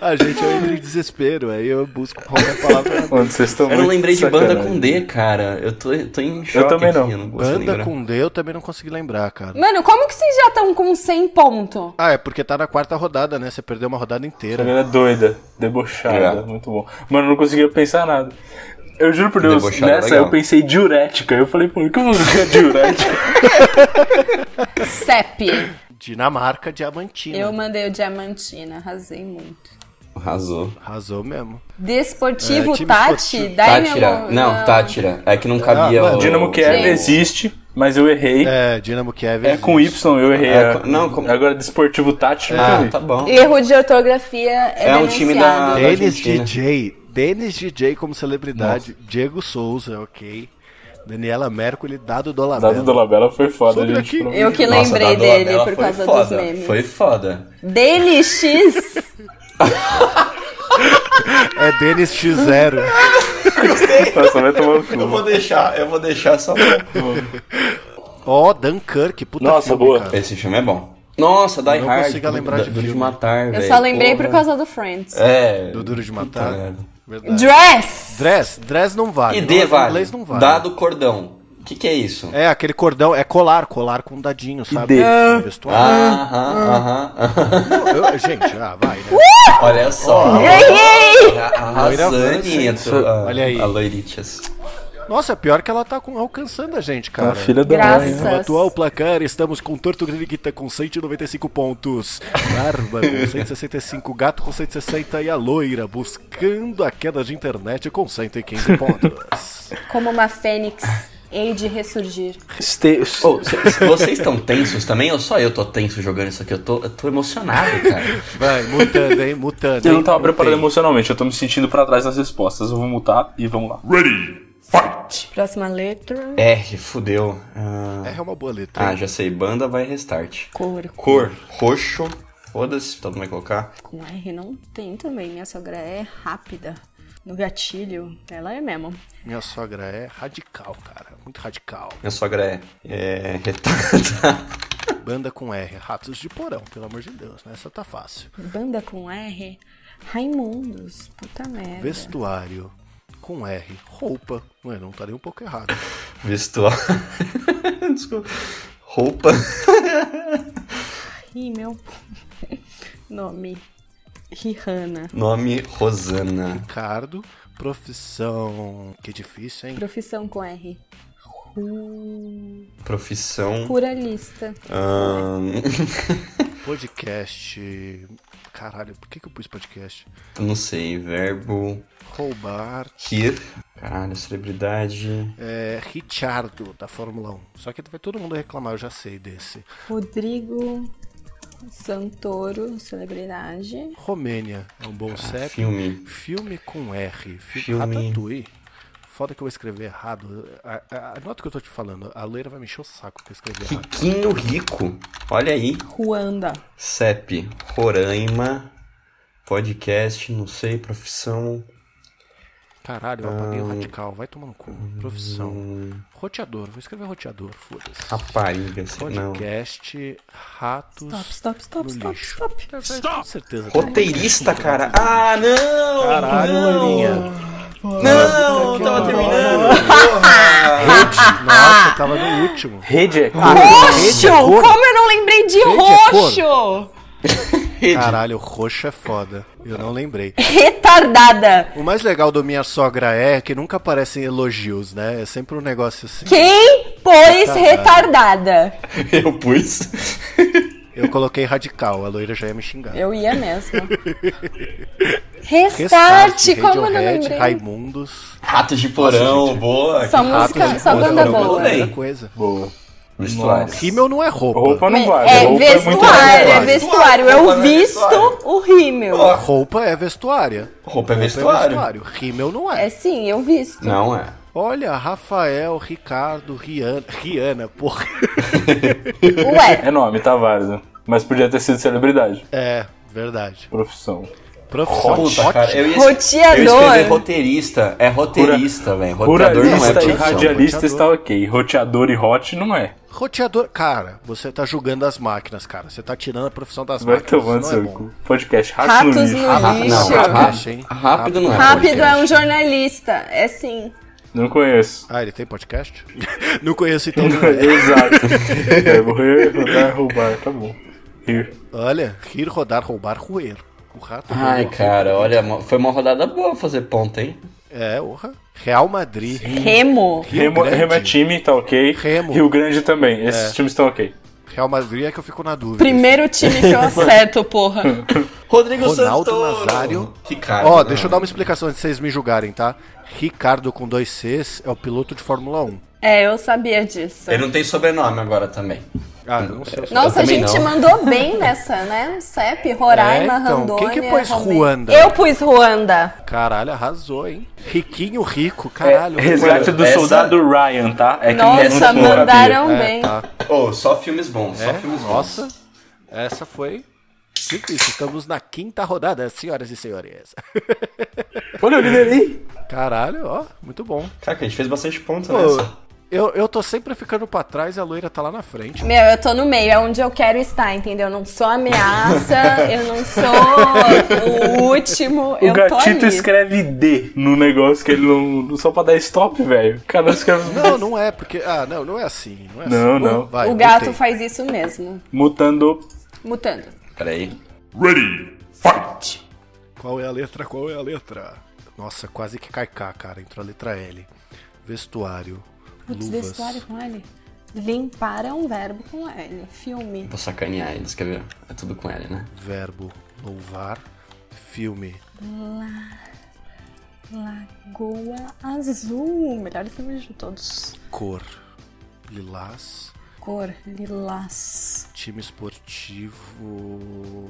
Speaker 1: A gente é eu entro em desespero, aí eu busco qualquer palavra.
Speaker 4: Mano, vocês estão
Speaker 2: Eu não
Speaker 4: muito
Speaker 2: lembrei de
Speaker 4: sacanagem.
Speaker 2: banda com D, cara. Eu tô, tô em choque
Speaker 4: também
Speaker 2: aqui,
Speaker 4: não.
Speaker 2: Eu não consigo
Speaker 1: Banda
Speaker 2: lembrar.
Speaker 1: com D eu também não consegui lembrar, cara.
Speaker 3: Mano, como que vocês já estão com 100 pontos?
Speaker 1: Ah, é porque tá na quarta rodada, né? Você perdeu uma rodada
Speaker 4: A
Speaker 1: inteira.
Speaker 4: galera é doida, debochada,
Speaker 2: É.
Speaker 4: muito bom. Mano, eu não conseguia pensar nada. Eu juro por Deus,
Speaker 2: Debochada é
Speaker 4: nessa
Speaker 2: legal.
Speaker 4: eu pensei diurética. Eu falei, por que eu vou jogar diurética?
Speaker 3: CEP.
Speaker 2: É.
Speaker 1: Dinamarca, Diamantina.
Speaker 3: Eu mandei o Diamantina, arrasei muito.
Speaker 2: Arrasou.
Speaker 1: Arrasou mesmo.
Speaker 3: Desportivo
Speaker 1: É, time
Speaker 3: Tati?
Speaker 1: esportivo.
Speaker 2: Tátira.
Speaker 3: Dynamo?
Speaker 2: Não, Tátira. É que não cabia
Speaker 1: Ah, mano,
Speaker 2: o...
Speaker 4: Dinamo Kiev
Speaker 3: Gente.
Speaker 4: é, existe, mas eu errei. É,
Speaker 1: É, Dinamo Kiev.
Speaker 4: com Y, eu errei.
Speaker 2: É,
Speaker 4: a-
Speaker 2: com- não, com-
Speaker 4: Agora desportivo tático. eu
Speaker 2: Ah,
Speaker 4: errei.
Speaker 2: tá bom.
Speaker 3: Erro de ortografia é,
Speaker 2: É um time
Speaker 3: denunciado.
Speaker 2: da-
Speaker 1: Denis
Speaker 2: Argentina.
Speaker 1: DJ. Denis DJ como celebridade. Diego Souza, ok. Daniela Mercury, Dado Dolabella.
Speaker 4: Dado da Labela foi foda,
Speaker 1: Sobre
Speaker 4: gente.
Speaker 1: aqui.
Speaker 4: pelo amor
Speaker 3: Eu
Speaker 4: de
Speaker 3: que
Speaker 4: Deus.
Speaker 2: Nossa,
Speaker 3: lembrei
Speaker 2: da Dona
Speaker 3: dele
Speaker 2: Bela
Speaker 3: por
Speaker 2: foi
Speaker 3: causa
Speaker 2: foda.
Speaker 3: dos memes.
Speaker 2: Foi foda.
Speaker 3: Dele X?
Speaker 1: É Denis X0.
Speaker 4: Nossa, vai tomar no cu.
Speaker 2: Eu vou deixar, eu vou deixar só pra...
Speaker 1: Ó, Dunkirk, puta
Speaker 4: Nossa,
Speaker 1: filme,
Speaker 4: boa.
Speaker 1: cara.
Speaker 2: Esse filme é bom. Nossa, Die
Speaker 1: não
Speaker 2: Hard.
Speaker 1: consigo lembrar
Speaker 2: do-
Speaker 1: de
Speaker 2: do
Speaker 1: filme.
Speaker 2: Matar,
Speaker 3: Eu
Speaker 2: velho.
Speaker 3: só lembrei
Speaker 2: Porra.
Speaker 3: por causa do Friends.
Speaker 2: É.
Speaker 1: Do Duro de
Speaker 2: Puta
Speaker 1: Matar.
Speaker 2: merda.
Speaker 1: Verdade.
Speaker 3: Dress!
Speaker 1: Dress, dress não vale.
Speaker 2: E
Speaker 1: Não,
Speaker 2: D
Speaker 1: em
Speaker 2: vale.
Speaker 1: inglês não vale.
Speaker 2: Dado cordão. O que que é isso?
Speaker 1: É, aquele cordão, é colar, colar com dadinho, sabe?
Speaker 4: D?
Speaker 1: É, Vestuário.
Speaker 2: Ah, aham, aham, aham.
Speaker 1: Eu- gente, ah, vai, né?
Speaker 2: Olha só.
Speaker 3: Ganhei!
Speaker 2: A- A Razani
Speaker 1: Loira
Speaker 2: entrou. a-
Speaker 1: Olha aí.
Speaker 2: A Loiritias.
Speaker 1: Nossa, pior que ela tá com- alcançando a gente, cara.
Speaker 4: Ah, filha da
Speaker 3: Graças.
Speaker 4: mãe.
Speaker 1: No atual placar, estamos com Tortuguita com 195 pontos, Barba com 165, Gato com 160 e a Loira buscando a queda de internet com 115 pontos.
Speaker 3: Como uma fênix, hei de ressurgir.
Speaker 4: Este-
Speaker 2: Ô, c- c- vocês estão tensos também? Ou só eu tô tenso jogando isso aqui? Eu tô, eu tô emocionado, cara.
Speaker 1: Vai, mutando, hein, mutando.
Speaker 4: Eu não
Speaker 1: hein,
Speaker 4: tava preparado
Speaker 1: mutei.
Speaker 4: emocionalmente, eu tô me sentindo pra trás nas respostas. Eu vou mutar e vamos lá.
Speaker 5: Ready, fight!
Speaker 3: Próxima letra.
Speaker 2: R, É, fudeu. Ah,
Speaker 1: É uma boa letra.
Speaker 2: ah, já sei. Banda vai restart.
Speaker 3: Cor.
Speaker 2: Cor, roxo. Foda-se, todo mundo vai colocar.
Speaker 3: Com R não tem também. Minha sogra é rápida. No gatilho, ela é mesmo.
Speaker 4: Ah.
Speaker 1: Minha sogra é radical, cara. Muito radical.
Speaker 2: Minha sogra é, é retardada.
Speaker 1: Banda com R, ratos de porão, pelo amor de Deus, né? Essa tá fácil.
Speaker 3: Banda com R. Raimundos. Puta merda.
Speaker 1: Vestuário com R, roupa. Ué, não tá nem um pouco errado.
Speaker 2: Vestuário. Desculpa. Roupa.
Speaker 3: Ih, meu nome. Rihanna.
Speaker 2: Nome Rosana.
Speaker 1: Ricardo, profissão. Que difícil, hein?
Speaker 3: Profissão com R. Ru-
Speaker 2: Profissão.
Speaker 3: Pluralista.
Speaker 2: ahn,
Speaker 1: Podcast. Caralho, por que, que eu pus podcast?
Speaker 2: não sei, verbo.
Speaker 1: Roubar.
Speaker 2: Rir. Caralho, celebridade.
Speaker 1: É, Richardo, da Fórmula 1. Só que vai todo mundo reclamar, eu já sei desse.
Speaker 3: Rodrigo Santoro, celebridade.
Speaker 1: Romênia, é um bom set.
Speaker 2: Ah, Filme.
Speaker 1: Filme com R. Fi-
Speaker 2: Filme.
Speaker 1: Ratatouille. Foda que eu vou escrever errado. A- a- Anota o que eu tô te falando. A loira vai me encher o saco que eu escrevi errado.
Speaker 2: Riquinho Rico. Olha aí.
Speaker 3: Ruanda.
Speaker 2: CEP. Roraima. Podcast, não sei, profissão.
Speaker 1: Caralho, eu apaguei
Speaker 2: Ah.
Speaker 1: o radical. Vai tomar no cu.
Speaker 2: Hum.
Speaker 1: Profissão. Roteador. Vou escrever roteador. Foda-se.
Speaker 2: Rapariga, sei Ah, não.
Speaker 1: Podcast Ratos
Speaker 3: Stop, stop, stop,
Speaker 1: no
Speaker 3: stop,
Speaker 1: lixo.
Speaker 3: stop.
Speaker 1: É, vai, Com certeza.
Speaker 2: Roteirista, cara. Ah, não!
Speaker 1: Caralho, loirinha.
Speaker 2: Não, eu tava terminando. Ah.
Speaker 1: Nossa, tava no último.
Speaker 4: Rede é
Speaker 1: Roxo!
Speaker 3: Como eu não lembrei de
Speaker 1: é cor.
Speaker 3: roxo?
Speaker 1: Caralho, roxo é foda. Eu não lembrei.
Speaker 3: Retardada.
Speaker 1: O mais legal do Minha Sogra é que nunca aparecem elogios, né? É sempre um negócio assim.
Speaker 3: Quem pôs retardada?
Speaker 2: Eu pus.
Speaker 1: Eu coloquei radical, a loira já ia me xingar.
Speaker 3: Eu ia mesmo.
Speaker 1: Restart,
Speaker 3: Restart, como eu não
Speaker 1: Radiohead,
Speaker 3: lembrei?
Speaker 1: Raimundos.
Speaker 2: Ratos de porão, boa.
Speaker 3: Só
Speaker 2: Que
Speaker 3: música-
Speaker 2: ratos de
Speaker 3: é só
Speaker 2: porão,
Speaker 3: banda
Speaker 2: eu
Speaker 3: boa.
Speaker 2: mandei.
Speaker 1: Outra coisa.
Speaker 4: boa.
Speaker 2: Vestuário.
Speaker 1: Rímel não é roupa.
Speaker 4: Roupa não vale.
Speaker 3: É
Speaker 4: roupa é muito
Speaker 3: vestuário, é
Speaker 4: mais
Speaker 2: vest-
Speaker 3: vestuário.
Speaker 2: Roupa
Speaker 3: Eu
Speaker 2: não é
Speaker 3: visto
Speaker 2: vestuário.
Speaker 3: o rímel.
Speaker 1: Roupa é vestuária.
Speaker 2: Roupa é
Speaker 1: Roupa
Speaker 2: vestuário.
Speaker 1: Rímel não é.
Speaker 3: É sim, eu visto.
Speaker 2: Não é.
Speaker 1: Olha, Rafael, Ricardo, Rihanna. Rihanna, porra.
Speaker 3: Ué,
Speaker 4: É nome, tá válido. Mas podia ter sido celebridade.
Speaker 1: É, verdade.
Speaker 4: profissão.
Speaker 1: Profissão
Speaker 2: Puta,
Speaker 1: ótima.
Speaker 2: cara, eu ia,
Speaker 3: Roteador.
Speaker 2: eu ia escrever roteirista. É roteirista, velho. Roteador não é
Speaker 4: Pluralista e
Speaker 2: profissão.
Speaker 4: radialista
Speaker 1: roteador.
Speaker 4: está ok. Roteador e hot não é.
Speaker 1: Roteador. Cara, você tá julgando as máquinas, cara. Você tá tirando a profissão das
Speaker 4: Vai
Speaker 1: máquinas.
Speaker 4: tomando
Speaker 1: Isso não é
Speaker 4: seu
Speaker 1: bom.
Speaker 4: cu. Podcast Ratos
Speaker 3: Ratos
Speaker 4: no Lixo.
Speaker 3: no
Speaker 2: Ah,
Speaker 3: lixo.
Speaker 2: não,
Speaker 1: Rápido,
Speaker 2: ah,
Speaker 1: hein?
Speaker 2: rápido não é.
Speaker 3: Rápido é
Speaker 2: podcast.
Speaker 3: um jornalista, é sim.
Speaker 4: Não conheço.
Speaker 1: Ah, ele tem podcast? não conheço então. não é.
Speaker 4: Exato. é, morrer, rodar, roubar. Tá bom. Rir.
Speaker 1: Olha, rir, rodar, roubar, roer. O rato.
Speaker 2: Ai,
Speaker 1: roeu.
Speaker 2: cara, olha, mo- foi uma rodada boa fazer ponta, hein?
Speaker 1: É, orra. Real Madrid.
Speaker 3: Remo.
Speaker 1: Rio
Speaker 4: Remo,
Speaker 1: Grande.
Speaker 4: Remo é time, tá ok.
Speaker 1: Remo. É.
Speaker 4: Rio Grande também. Esses times estão ok.
Speaker 1: Real Madrid é que eu fico na dúvida.
Speaker 3: Primeiro time que eu acerto, porra.
Speaker 2: Rodrigo
Speaker 1: Ronaldo
Speaker 2: Santoro. né?
Speaker 1: Nazário.
Speaker 2: Ricardo.
Speaker 1: Ó,
Speaker 2: não.
Speaker 1: deixa eu dar uma explicação antes de vocês me julgarem, tá? Ricardo com dois Cs é o piloto de Fórmula 1.
Speaker 3: É, eu sabia disso.
Speaker 2: Ele não tem sobrenome agora também.
Speaker 1: Ah, não sei. o
Speaker 3: Nossa,
Speaker 2: Eu
Speaker 3: a
Speaker 2: também
Speaker 3: gente
Speaker 2: não.
Speaker 3: mandou bem nessa, né? CEP, Roraima,
Speaker 1: É, então,
Speaker 3: Rondônia.
Speaker 1: quem que pôs
Speaker 3: Romênia.
Speaker 1: Ruanda?
Speaker 3: Eu pus Ruanda.
Speaker 1: Caralho, arrasou, hein? Riquinho rico, caralho.
Speaker 4: Resgate do
Speaker 2: Essa-
Speaker 4: soldado Ryan, tá? É que
Speaker 3: Nossa,
Speaker 4: não- não sabia.
Speaker 3: mandaram
Speaker 1: É,
Speaker 3: bem.
Speaker 1: tá.
Speaker 2: Ô, só filmes bons, só um
Speaker 1: É,
Speaker 2: filmes bons.
Speaker 1: nossa, essa foi difícil. Estamos na quinta rodada, senhoras e senhores.
Speaker 4: Olha o líder aí.
Speaker 1: Caralho, ó, muito bom.
Speaker 2: Cara, que a gente fez bastante ponta
Speaker 1: Pô,
Speaker 2: nessa.
Speaker 1: eu, eu tô sempre ficando pra trás e a loira tá lá na frente.
Speaker 3: Meu, eu tô no meio, é onde eu quero estar, entendeu? Eu não sou ameaça, eu não sou o último,
Speaker 4: O
Speaker 3: eu tô
Speaker 4: gatito
Speaker 3: ali.
Speaker 4: escreve D no negócio que ele não. Só pra dar stop, velho. O cara escreve.
Speaker 1: Não, não é, porque. Ah, não, não é assim. Não, é
Speaker 4: Não,
Speaker 1: assim.
Speaker 4: não.
Speaker 1: Vai,
Speaker 3: o gato
Speaker 1: voltei.
Speaker 3: faz isso mesmo,
Speaker 4: Mutando.
Speaker 3: mutando.
Speaker 2: Peraí.
Speaker 5: Ready, fight!
Speaker 1: Qual é a letra? Qual é a letra? Nossa, quase que cai cá, cara. Entrou a letra L. Vestuário.
Speaker 3: Putz,
Speaker 1: luvas.
Speaker 3: vestuário com L. Limpar é um verbo com L. Filme.
Speaker 2: Vou sacanear eles, quer ver? É tudo com ele, né?
Speaker 1: Verbo. Louvar. Filme.
Speaker 3: Lagoa Azul. Melhor filme de todos.
Speaker 1: Cor. Lilás.
Speaker 3: Cor lilás.
Speaker 1: Time esportivo.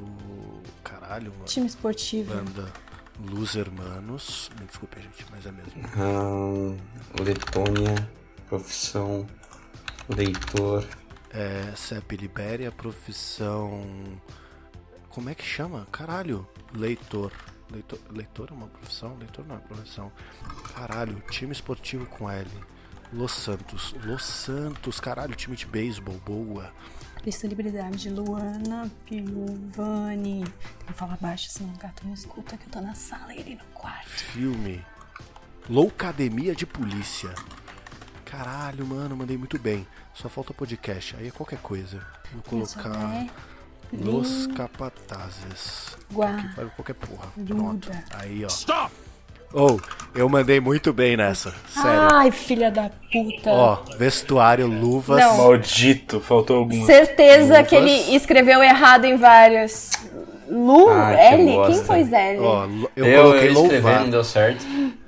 Speaker 1: Caralho, mano.
Speaker 3: Time esportivo.
Speaker 1: Banda. Luz Hermanos. Me desculpe, gente, mas é mesmo.
Speaker 2: Ahn, Letônia, profissão, leitor.
Speaker 1: É, CEP Libéria, profissão. Como é que chama? Caralho. Leitor. Leitor, leitor é uma profissão? Leitor não é profissão. Caralho, time esportivo com L. Los Santos. Los Santos, caralho, time de beisebol, boa.
Speaker 3: Celebridade Luana Piovani. Tem que falar baixo, senão o gato não escuta que eu tô na sala e ele no quarto.
Speaker 1: Filme. Loucademia de Polícia. Caralho, mano, mandei muito bem. Só falta podcast, aí é qualquer coisa. Vou colocar. Los Capatazes.
Speaker 3: Hum. Guá.
Speaker 1: Que pariu, Qualquer porra. Pronto. Aí, ó. Stop! oh, eu mandei muito bem nessa. Sério.
Speaker 3: Ai, filha da puta.
Speaker 1: Ó, vestuário, luvas.
Speaker 3: Não.
Speaker 4: Maldito, faltou alguma.
Speaker 3: Certeza
Speaker 1: Luvas.
Speaker 3: que ele escreveu errado em vários. Lu?
Speaker 1: Ah,
Speaker 2: Ai, que
Speaker 3: L? Quem
Speaker 2: bosta.
Speaker 3: pôs L?
Speaker 1: né? Ó, lu- eu,
Speaker 2: Eu, eu,
Speaker 1: coloquei
Speaker 2: escrevi,
Speaker 1: louvar.
Speaker 2: não deu certo.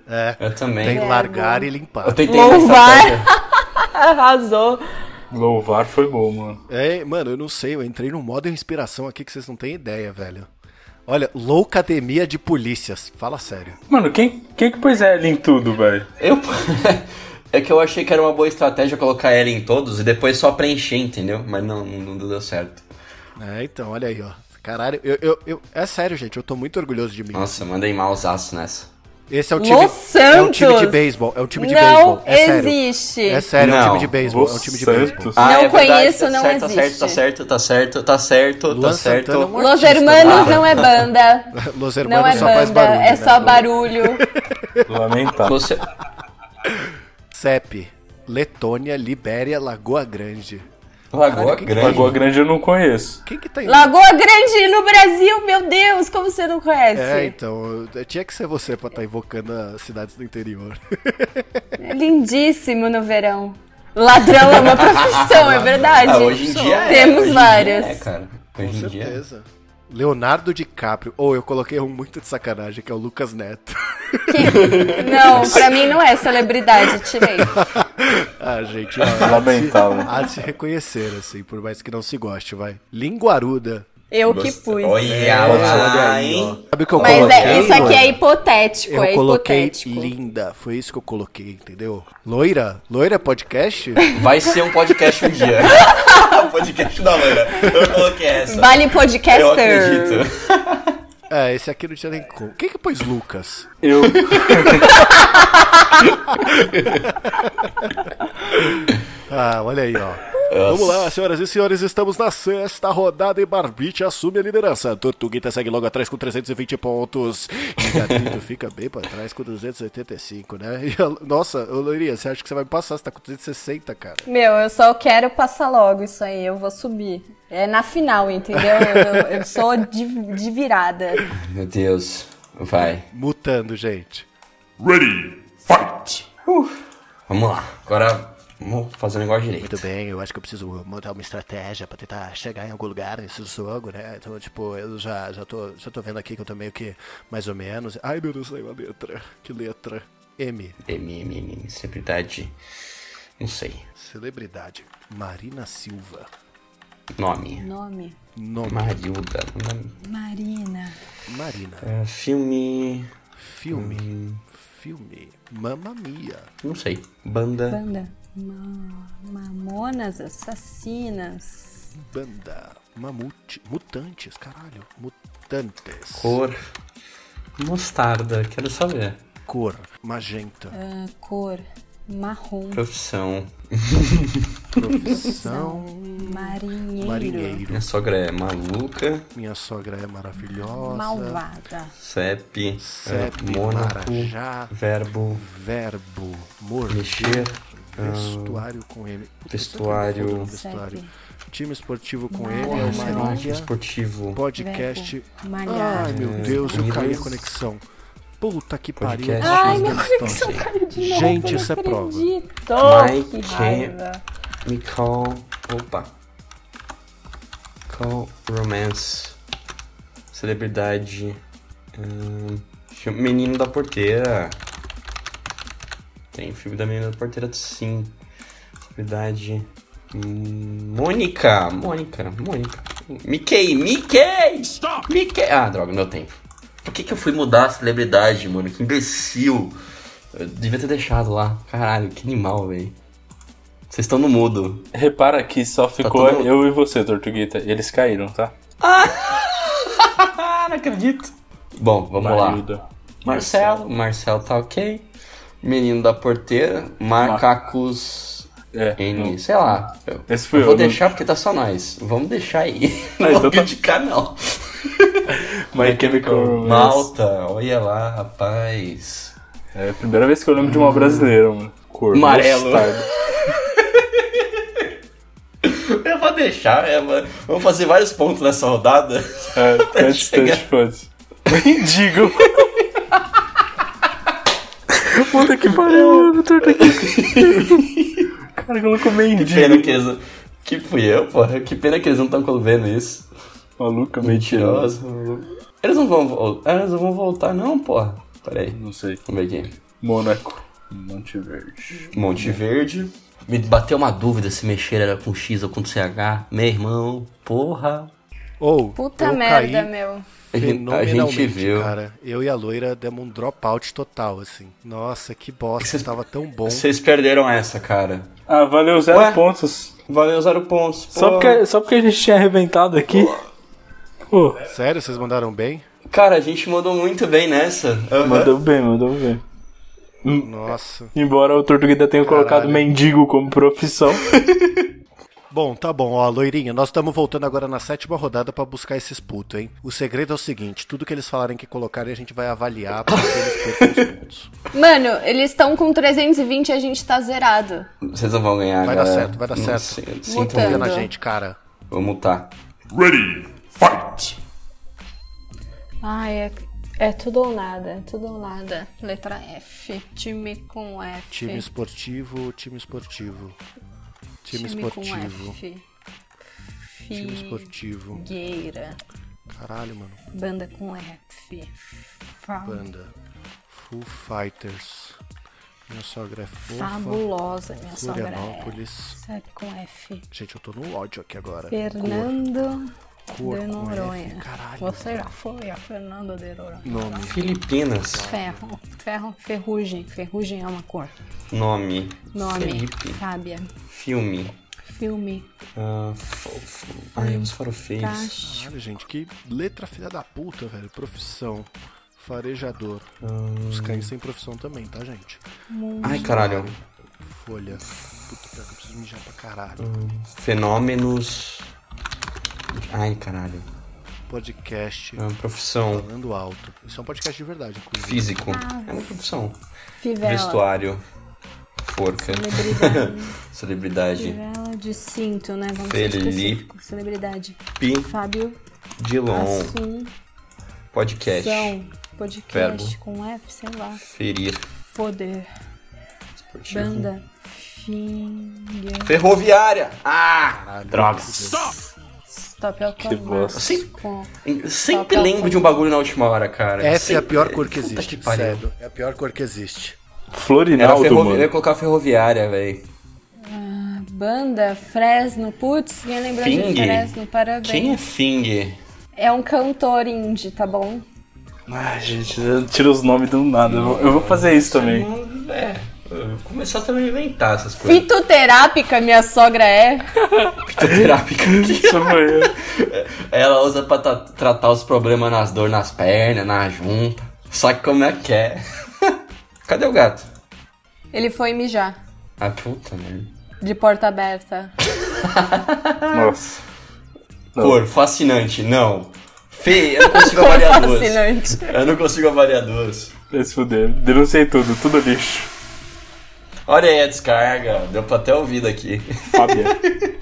Speaker 1: É.
Speaker 2: Eu também.
Speaker 1: Tem largar e
Speaker 2: Eu
Speaker 1: limpar.
Speaker 2: tentei uma
Speaker 3: Louvar.
Speaker 2: estratégia.
Speaker 3: Arrasou.
Speaker 4: Louvar foi bom, mano.
Speaker 1: É, mano, eu não sei, eu entrei num modo inspiração aqui que vocês não têm ideia, velho. Olha, loucademia de polícias. Fala sério.
Speaker 4: Mano, quem, quem que pôs L em tudo, velho?
Speaker 2: Eu... É que eu achei que era uma boa estratégia colocar ela em todos e depois só preencher, entendeu? Mas não, não deu certo.
Speaker 1: É, então, olha aí, ó. Caralho, eu, eu, eu- É sério, gente, eu tô muito orgulhoso de mim.
Speaker 2: Nossa, mandei mal os aços nessa.
Speaker 1: Esse é o time.
Speaker 3: Los
Speaker 1: É um time de
Speaker 3: Santos.
Speaker 1: beisebol. É um time de
Speaker 3: Não
Speaker 1: beisebol. É sério.
Speaker 3: existe.
Speaker 1: É sério, é um
Speaker 2: Não.
Speaker 1: time de beisebol. É um
Speaker 4: Los
Speaker 1: time de
Speaker 4: Santos.
Speaker 1: beisebol.
Speaker 4: Ah,
Speaker 3: Não
Speaker 2: verdade,
Speaker 3: conheço,
Speaker 2: tá
Speaker 3: não
Speaker 2: certo, Tá
Speaker 3: existe.
Speaker 2: certo, tá certo, tá certo, tá
Speaker 1: Luan
Speaker 2: certo, tá certo.
Speaker 1: Santana é um
Speaker 3: Los
Speaker 1: artista,
Speaker 3: Hermanos
Speaker 1: né?
Speaker 3: não é banda.
Speaker 1: Los
Speaker 3: Não
Speaker 1: Hermanos
Speaker 3: é
Speaker 1: só faz
Speaker 3: banda,
Speaker 1: barulho.
Speaker 3: é
Speaker 1: né?
Speaker 3: só barulho.
Speaker 1: é um
Speaker 4: Lamentável.
Speaker 2: Você...
Speaker 1: CEP, Letônia, Libéria, Lagoa Grande.
Speaker 2: Lagoa
Speaker 1: que
Speaker 2: Grande.
Speaker 4: Lagoa Grande eu não conheço.
Speaker 1: Quem que tá indo?
Speaker 3: Lagoa Grande no Brasil, meu Deus, como você não
Speaker 1: É,
Speaker 3: conhece?
Speaker 1: então, eu- tinha que ser você pra estar invocando as cidades do interior.
Speaker 3: É lindíssimo no verão. Ladrão é uma profissão, é verdade.
Speaker 2: Ah, hoje em dia é,
Speaker 3: Temos
Speaker 2: hoje em dia
Speaker 3: várias.
Speaker 2: É, cara.
Speaker 1: Com
Speaker 2: Hoje em dia.
Speaker 1: certeza. Leonardo DiCaprio. Ou eu coloquei um muito de sacanagem, que é o Lucas Neto.
Speaker 3: Que- Não, pra mim não é celebridade, tirei.
Speaker 1: ah, gente, ó. há de se-
Speaker 4: Lamentável.
Speaker 1: Há de se reconhecer, assim, por mais que não se goste, vai. Linguaruda.
Speaker 3: Eu que pus.
Speaker 2: Olha
Speaker 1: Olha
Speaker 2: lá,
Speaker 1: aí,
Speaker 2: hein?
Speaker 1: ó. Sabe o que eu
Speaker 3: Mas
Speaker 1: coloquei?
Speaker 3: é, isso aqui é
Speaker 1: Luana?
Speaker 3: hipotético,
Speaker 1: Eu
Speaker 3: é
Speaker 1: coloquei
Speaker 3: hipotético.
Speaker 1: linda, foi isso que eu coloquei, entendeu? Loira? Loira podcast?
Speaker 2: Vai ser um podcast um dia. podcast da Loira. Eu coloquei essa.
Speaker 3: Vale
Speaker 2: Eu
Speaker 3: podcaster.
Speaker 2: acredito.
Speaker 1: é, esse aqui não tinha nem como. Quem que pôs Lucas?
Speaker 4: Eu.
Speaker 1: Ah, olha aí, ó. Vamos lá, senhoras e senhores, estamos na sexta rodada e Barbite assume a liderança. Tortuguita segue logo atrás com 320 pontos. E Gatito fica bem pra trás com 285, né? E a- nossa, ô Loirinha, você acha que você vai me passar? Você tá com 260, cara.
Speaker 3: Meu, eu só quero passar logo isso aí, eu vou subir. É na final, entendeu? Eu, eu- eu sou de, de virada.
Speaker 2: Meu Deus. Vai.
Speaker 1: Mutando, gente.
Speaker 5: Ready, fight!
Speaker 2: Vamos lá. Agora vamos fazer o negócio direito.
Speaker 1: Muito bem, eu acho que eu preciso montar uma estratégia pra tentar chegar em algum lugar nesse jogo, né? Então, tipo, eu já, já, tô, já tô vendo aqui que eu tô meio que mais ou menos. Ai, meu Deus, saiu a letra. Que letra? M.
Speaker 2: M, M, M, M, celebridade. Não sei.
Speaker 1: Celebridade. Marina Silva.
Speaker 2: Nome.
Speaker 3: Nome:
Speaker 1: Nome.
Speaker 2: Marilda. Nome.
Speaker 3: Marina.
Speaker 1: Marina.
Speaker 2: É, filme.
Speaker 1: Filme. Filme. Mamma Mia.
Speaker 2: Não sei. Banda.
Speaker 3: Banda. Ma- Mamonas Assassinas.
Speaker 1: Banda. Mamute. Mutantes, caralho. Mutantes.
Speaker 2: Cor. Mostarda. Quero saber.
Speaker 1: Cor. Magenta.
Speaker 3: Ah, cor: marrom.
Speaker 2: Profissão.
Speaker 1: Profissão.
Speaker 3: Marinheiro.
Speaker 1: Marinheiro.
Speaker 2: Minha sogra é maluca.
Speaker 1: Minha sogra é maravilhosa.
Speaker 3: Malvada.
Speaker 2: CEP.
Speaker 1: CEP,
Speaker 2: é, Mônaco.
Speaker 1: Marajá.
Speaker 2: Verbo.
Speaker 1: Verbo. Morrer.
Speaker 2: Mexer. ah,
Speaker 1: Vestuário com M. Puta,
Speaker 2: vestuário.
Speaker 1: sempre me confundo no vestuário. Time esportivo com M é o
Speaker 3: Maravilha.
Speaker 2: Esportivo. É,
Speaker 1: Maria.
Speaker 2: Esportivo.
Speaker 1: Podcast.
Speaker 3: Verbo. Malhar.
Speaker 1: Ai, meu Deus, eu
Speaker 2: Comidas.
Speaker 1: caí a conexão. Puta que pariu.
Speaker 2: Podcast.
Speaker 1: Ai,
Speaker 2: meu
Speaker 3: São Caio de novo,
Speaker 1: Gente,
Speaker 3: eu
Speaker 1: isso é
Speaker 3: não
Speaker 1: prova.
Speaker 3: acredito.
Speaker 2: Mike
Speaker 3: que
Speaker 2: Chan.
Speaker 3: raiva.
Speaker 2: Me call. Opa. Call romance. Celebridade. ahn, filme Menino da Porteira. Tem filme da Menina da Porteira, sim. Celebridade. hum, Mônica! Mônica, Mônica. Mickey, Mickey! Stop! Mickey! Ah, droga, não deu tempo. Por que, que eu fui mudar a celebridade, mano? Que imbecil! Eu devia ter deixado lá. Caralho, que animal, velho. Vocês estão no mudo.
Speaker 4: Repara que só
Speaker 2: Tá
Speaker 4: ficou
Speaker 2: todo mundo-
Speaker 4: eu e você, Tortuguita. Eles caíram, tá?
Speaker 2: Ah, não acredito. Bom, vamos lá.
Speaker 4: Marilda.
Speaker 2: Marcelo, Marcelo tá ok. Menino da porteira, macacos.
Speaker 4: É,
Speaker 2: N,
Speaker 4: não.
Speaker 2: sei lá. Eu-
Speaker 4: Esse fui eu,
Speaker 2: Vou
Speaker 4: não-
Speaker 2: deixar porque tá só nós. Vamos deixar aí.
Speaker 4: Não,
Speaker 2: Não,
Speaker 4: então
Speaker 2: vou
Speaker 4: tá.
Speaker 2: criticar, não.
Speaker 4: My Chemical Romance.
Speaker 2: Malta, olha lá, rapaz.
Speaker 4: É a primeira vez que eu lembro de uma brasileira, mano. Cor.
Speaker 2: Hum. Amarelo.
Speaker 4: mostarda.
Speaker 2: Eu vou deixar, é, mano. Vamos fazer vários pontos nessa rodada.
Speaker 4: É, touch,
Speaker 2: chegar.
Speaker 4: touch, foda-se. Mendigo. Puta que pariu, mano, Tortuguita. Cara, colocou
Speaker 2: Que pena
Speaker 4: mendigo.
Speaker 2: que eles. não- Que fui eu, porra. Que pena que eles não estão vendo isso.
Speaker 4: Maluca, mentirosa.
Speaker 2: Eles não vão voltar. Eles não vão voltar, não, porra. Peraí.
Speaker 4: Não sei.
Speaker 2: Vamos ver aqui.
Speaker 4: Mônaco. Monte Verde.
Speaker 2: Monte Verde. Me bateu uma dúvida se mexer era com X ou com CH. Meu irmão, porra.
Speaker 1: Ou,
Speaker 3: Puta
Speaker 1: eu
Speaker 3: merda,
Speaker 1: caí
Speaker 3: meu.
Speaker 2: A
Speaker 1: fenomenalmente,
Speaker 2: gente viu.
Speaker 1: cara. Eu e a loira demos um dropout total, assim. Nossa, que bosta,
Speaker 2: Vocês-
Speaker 1: tava tão bom.
Speaker 2: Vocês perderam essa, cara.
Speaker 4: Ah, valeu zero
Speaker 2: Ué?
Speaker 4: pontos.
Speaker 2: Valeu zero pontos.
Speaker 4: Só
Speaker 2: porra.
Speaker 4: porque, só porque a gente tinha arrebentado aqui. Pô,
Speaker 1: Sério, vocês mandaram bem?
Speaker 2: Cara, a gente mandou muito bem nessa. Aham.
Speaker 4: mandou bem, mandou bem.
Speaker 2: Hum.
Speaker 1: Nossa.
Speaker 4: Embora o Tortuguita tenha colocado mendigo como profissão.
Speaker 1: Bom, tá bom, ó, loirinha, nós estamos voltando agora na sétima rodada pra buscar esses putos, hein? O segredo é o seguinte, tudo que eles falarem que colocarem, a gente vai avaliar porque eles percam os pontos.
Speaker 3: Mano, eles estão com 320 e a gente tá zerado.
Speaker 2: Vocês não vão ganhar,
Speaker 1: Vai dar
Speaker 2: galera.
Speaker 1: certo, vai dar
Speaker 2: Não
Speaker 1: certo.
Speaker 2: sei, Sinto
Speaker 3: Mutando.
Speaker 1: Confia
Speaker 2: muito.
Speaker 1: na gente, cara.
Speaker 2: Vou mutar.
Speaker 5: Ready, fight!
Speaker 3: Ai, é, é tudo ou nada, é tudo ou nada. Letra F. Time com F.
Speaker 1: Time esportivo, time esportivo. Time,
Speaker 3: com
Speaker 1: esportivo.
Speaker 3: F.
Speaker 1: Time esportivo.
Speaker 3: Figueira.
Speaker 1: Caralho, mano.
Speaker 3: Banda com F. Fa-
Speaker 1: Banda. Full Fighters. Minha sogra é fofa.
Speaker 3: Fabulosa, minha sogra é.
Speaker 1: Florianópolis.
Speaker 3: Sabe com F.
Speaker 1: Gente, eu tô no ódio aqui agora.
Speaker 3: Fernando
Speaker 1: Cor
Speaker 3: de
Speaker 1: com
Speaker 3: Noronha.
Speaker 1: F, caralho.
Speaker 3: Você já foi a Fernanda de Noronha.
Speaker 1: Nome.
Speaker 2: Filipinas.
Speaker 3: Ferro. Ferro, ferrugem. Ferrugem é uma cor.
Speaker 2: Nome.
Speaker 3: Nome.
Speaker 2: Felipe.
Speaker 3: Fábia.
Speaker 2: Filme.
Speaker 3: Filme.
Speaker 2: Ah, fofo. Ai, os farofeiros.
Speaker 3: Tacho.
Speaker 1: Caralho, gente, que letra filha da puta, velho. Profissão. Farejador. Os cães têm profissão também, tá, gente?
Speaker 2: Ai, caralho.
Speaker 1: Folha. Puta, pior que eu preciso mijar pra caralho.
Speaker 2: Fenômenos. Ai, caralho.
Speaker 1: Podcast.
Speaker 2: Ah, profissão.
Speaker 1: Falando alto. Isso é um podcast de verdade, inclusive.
Speaker 2: Físico. É uma profissão.
Speaker 3: Fivela.
Speaker 2: Vestuário. Forca.
Speaker 3: Celebridade.
Speaker 2: Celebridade.
Speaker 3: Fivela de cinto, né? Vamos ser
Speaker 2: Felipe.
Speaker 3: específico. Celebridade.
Speaker 2: Pi.
Speaker 3: Fábio.
Speaker 2: Dilon.
Speaker 3: Assunção.
Speaker 2: Podcast.
Speaker 3: Podcast.
Speaker 2: Verbo.
Speaker 3: Com F, sei lá.
Speaker 2: Ferir.
Speaker 3: Foder.
Speaker 2: Esportivo.
Speaker 3: Banda. Finger.
Speaker 2: Ferroviária. Ah, droga.
Speaker 3: Stop ao
Speaker 4: Que bosta.
Speaker 3: Com...
Speaker 2: Sempre lembro de um bagulho na última hora, cara.
Speaker 1: Essa é a
Speaker 2: Sempre-
Speaker 1: pior cor que
Speaker 2: Puta
Speaker 1: existe.
Speaker 2: que pariu.
Speaker 1: Sério, é a pior cor que existe.
Speaker 2: Era
Speaker 4: Florinaldo,
Speaker 2: ferrovi... Eu ia
Speaker 4: mano.
Speaker 2: colocar ferroviária, velho.
Speaker 3: Banda, Fresno, putz, quem lembrar de
Speaker 2: Finger?
Speaker 3: Fresno, parabéns.
Speaker 2: Quem é Fing?
Speaker 3: É um cantor indie, tá bom?
Speaker 4: Ai, gente, eu tiro os nomes do nada. Eu vou, eu vou fazer isso também.
Speaker 2: É, eu vou começar também a inventar essas coisas.
Speaker 3: Fitoterápica, minha sogra é.
Speaker 2: Fitoterápica.
Speaker 4: Isso foi eu.
Speaker 2: Ela usa pra tra- tratar os problemas nas dores nas pernas, na junta. Sabe como é que é? Cadê o gato?
Speaker 3: Ele foi mijar,
Speaker 2: Ah, puta merda.
Speaker 3: de porta aberta.
Speaker 4: Nossa.
Speaker 2: Cor, fascinante, não. Feia, eu não consigo avaliar duas.
Speaker 3: Fascinante.
Speaker 2: Eu não consigo avaliar duas.
Speaker 4: Esse fudeu. Denunciei tudo, tudo é lixo.
Speaker 2: Olha aí a descarga, deu pra até ouvir daqui.
Speaker 4: Fábia.
Speaker 2: Que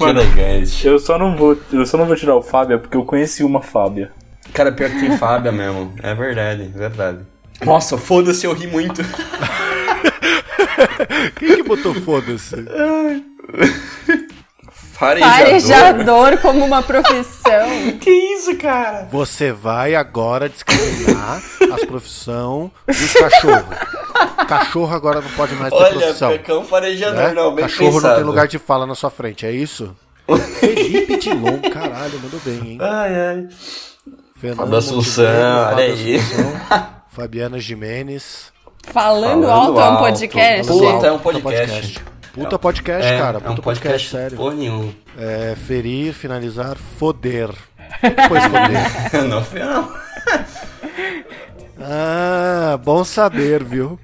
Speaker 4: Mano.
Speaker 2: elegante.
Speaker 4: Eu só não vou, eu só não vou tirar o Fábia porque eu conheci uma Fábia.
Speaker 2: Cara, pior que tem Fábia mesmo. É verdade, verdade. Nossa, foda-se, eu ri muito.
Speaker 1: Quem que botou foda-se?
Speaker 2: Farejador.
Speaker 3: Farejador como uma profissão.
Speaker 2: Que isso, cara?
Speaker 1: Você vai agora discriminar as profissões dos cachorros. Cachorro agora não pode mais ter
Speaker 2: Olha,
Speaker 1: profissão.
Speaker 2: pecão farejador,
Speaker 1: né?
Speaker 2: não, bem
Speaker 1: Cachorro
Speaker 2: pensado.
Speaker 1: não tem lugar de fala na sua frente, é isso? Felipe Dilon, caralho, mandou bem, hein?
Speaker 2: Ai, ai.
Speaker 1: Fernando
Speaker 2: Fábio Assunção, olha
Speaker 1: Montenegro, Fábio
Speaker 2: aí.
Speaker 1: Assunção, Fabiana Jimenez.
Speaker 3: Falando, alto é um podcast.
Speaker 2: Puta,
Speaker 1: Falando
Speaker 2: é um
Speaker 1: alto,
Speaker 2: podcast.
Speaker 1: Puta podcast,
Speaker 2: É,
Speaker 1: cara.
Speaker 2: é
Speaker 1: Puta
Speaker 2: um podcast,
Speaker 1: sério.
Speaker 2: porra nenhuma.
Speaker 1: É, ferir, finalizar, foder. Pois foder.
Speaker 2: não, foi não.
Speaker 1: Ah, bom saber, viu?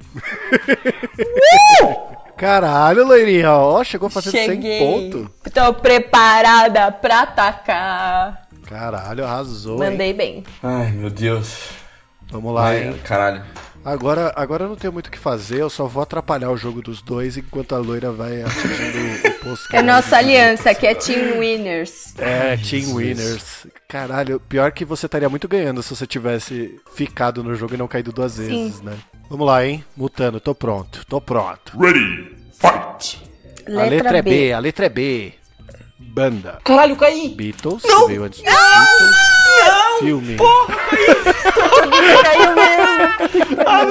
Speaker 2: Uh!
Speaker 1: Caralho, loirinha, ó, chegou fazendo 100
Speaker 3: Cheguei.
Speaker 1: pontos.
Speaker 3: Tô preparada pra atacar.
Speaker 1: Caralho, arrasou. hein?
Speaker 3: Mandei bem.
Speaker 2: Ai, meu Deus.
Speaker 1: Vamos lá,
Speaker 2: Ai,
Speaker 1: hein?
Speaker 2: Caralho.
Speaker 1: Agora, agora eu não tenho muito o que fazer, eu só vou atrapalhar o jogo dos dois enquanto a loira vai atingindo o posto. que
Speaker 3: É
Speaker 1: ela
Speaker 3: nossa
Speaker 1: vai.
Speaker 3: aliança, que é Team Winners.
Speaker 1: É, Team Winners. Caralho, pior que você estaria muito ganhando se você tivesse ficado no jogo e não caído duas vezes, né? Vamos lá, hein? Mutando, tô pronto, tô pronto.
Speaker 5: Ready, fight!
Speaker 1: a letra é B, a letra é B. Banda.
Speaker 2: Caralho, caí.
Speaker 1: Beatles, que veio antes dos Beatles. Filme.
Speaker 3: Caiu mesmo.
Speaker 1: Ah,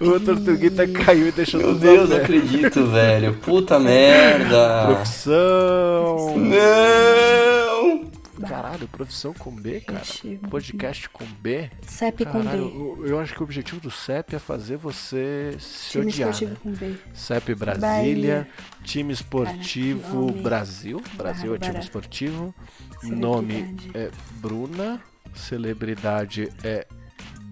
Speaker 1: O Tortuguita caiu e deixou
Speaker 2: Meu
Speaker 1: tudo
Speaker 2: Deus,
Speaker 1: na
Speaker 2: não
Speaker 1: merda.
Speaker 2: acredito, velho. Puta merda.
Speaker 1: Profissão.
Speaker 2: Não.
Speaker 1: Caralho, profissão com B, cara. Podcast com B.
Speaker 3: CEP com
Speaker 1: Caralho,
Speaker 3: B.
Speaker 1: eu, eu acho que o objetivo do CEP é fazer você se
Speaker 3: Time
Speaker 1: odiar.
Speaker 3: esportivo
Speaker 1: né?
Speaker 3: com B.
Speaker 1: CEP Brasília,
Speaker 3: Bahia.
Speaker 1: time esportivo
Speaker 3: nome.
Speaker 1: Brasil. Brasil é time
Speaker 3: Bárbara.
Speaker 1: esportivo.
Speaker 3: Celebridade.
Speaker 1: Nome é Bruna. Celebridade é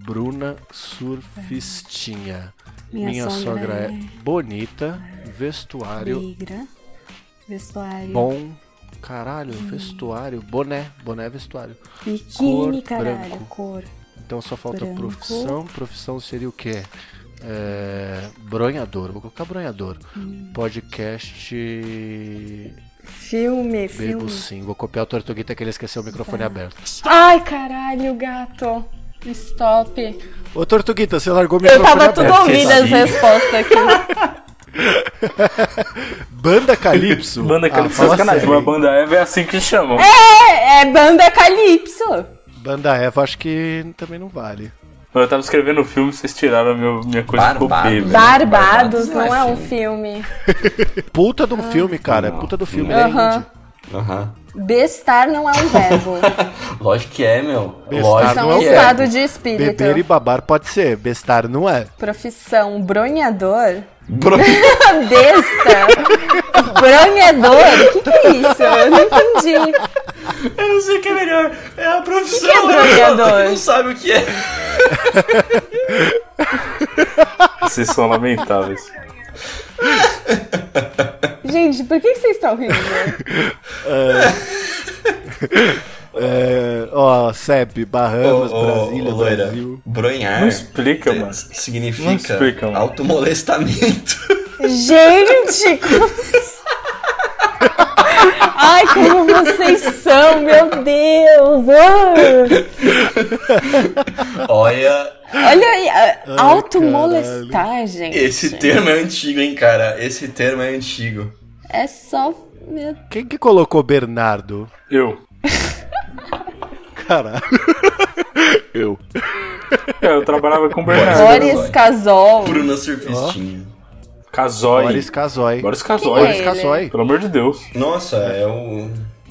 Speaker 1: Bruna Surfistinha.
Speaker 3: Minha sogra
Speaker 1: sogra, é
Speaker 3: é-
Speaker 1: bonita. Vestuário
Speaker 3: Negra. Vestuário.
Speaker 1: bom. Caralho, vestuário, boné, boné é vestuário.
Speaker 3: biquíni,
Speaker 1: cor,
Speaker 3: caralho.
Speaker 1: branco.
Speaker 3: Cor.
Speaker 1: Então só falta
Speaker 3: Branco.
Speaker 1: profissão. Profissão seria o quê? É, bronhador. Vou colocar bronhador.
Speaker 3: Hum.
Speaker 1: Podcast.
Speaker 3: Filme,
Speaker 1: Bebo
Speaker 3: filme.
Speaker 1: sim. Vou copiar o Tortuguita que ele esqueceu o
Speaker 3: Tá.
Speaker 1: microfone aberto.
Speaker 3: Ai, caralho, gato. Stop.
Speaker 1: Ô Tortuguita, você largou o
Speaker 3: Eu
Speaker 1: microfone
Speaker 3: tava tudo
Speaker 1: aberto.
Speaker 3: ouvindo as
Speaker 2: sim.
Speaker 3: respostas aqui.
Speaker 1: Banda Calypso.
Speaker 4: Banda que
Speaker 1: Ah, fala
Speaker 4: sacanagem,
Speaker 1: sério,
Speaker 4: mas
Speaker 1: hein?
Speaker 4: banda Eva é assim que chamam.
Speaker 3: É, é banda Calypso.
Speaker 1: Banda Eva, acho que também não vale.
Speaker 4: Quando eu tava escrevendo o filme, vocês tiraram meu, minha coisa que eu
Speaker 2: Barbado.
Speaker 4: copiei, velho.
Speaker 2: Barbados
Speaker 3: Barbados não é um filme.
Speaker 1: Puta de um filme, cara. É puta do filme. ele é
Speaker 3: Ah. Aham.
Speaker 1: indie.
Speaker 2: Aham.
Speaker 3: Bestar não é um verbo.
Speaker 2: Lógico que é, meu.
Speaker 1: Bestar
Speaker 2: Lógico
Speaker 3: Isso é
Speaker 1: não
Speaker 3: um
Speaker 1: é um
Speaker 2: que
Speaker 1: verbo.
Speaker 3: estado de espírito.
Speaker 1: Beber e babar pode ser, bestar não é.
Speaker 3: Profissão bronhador.
Speaker 2: Bro-
Speaker 3: Besta. bronhador? O que, que é isso? Eu não entendi.
Speaker 2: Eu não sei o que é melhor. É a profissão.
Speaker 3: Que que é drogador?
Speaker 2: Não sabe o que é.
Speaker 4: Vocês são lamentáveis.
Speaker 3: Gente, por que, que vocês estão rindo?
Speaker 1: É, ó, CEP, Bahamas,
Speaker 2: Ô, ô,
Speaker 1: Brasília,
Speaker 2: ô, loira,
Speaker 1: Brasil.
Speaker 2: Bronhar.
Speaker 4: Não explica,
Speaker 2: te-
Speaker 4: mano.
Speaker 2: Significa
Speaker 4: Não explica, mano.
Speaker 2: automolestamento.
Speaker 3: Gente, como... Ai, como vocês são, meu Deus! ah!
Speaker 2: Olha,
Speaker 3: Olha aí, a- automolestagem.
Speaker 2: esse termo é antigo, hein, cara. Esse termo é antigo.
Speaker 3: É só. meu-
Speaker 1: Quem que colocou Bernardo?
Speaker 4: Eu.
Speaker 1: Caralho. Eu.
Speaker 4: É, Eu trabalhava com o
Speaker 2: Bora.
Speaker 4: Bernardo.
Speaker 3: Boris Casol.
Speaker 2: Bruna Surfistinha.
Speaker 4: Casói.
Speaker 1: Boris Casoy.
Speaker 4: Boris
Speaker 3: Quem é
Speaker 1: Boris
Speaker 4: Casói.
Speaker 3: ele?
Speaker 1: Casoy.
Speaker 4: Pelo amor de Deus.
Speaker 2: Nossa, é o.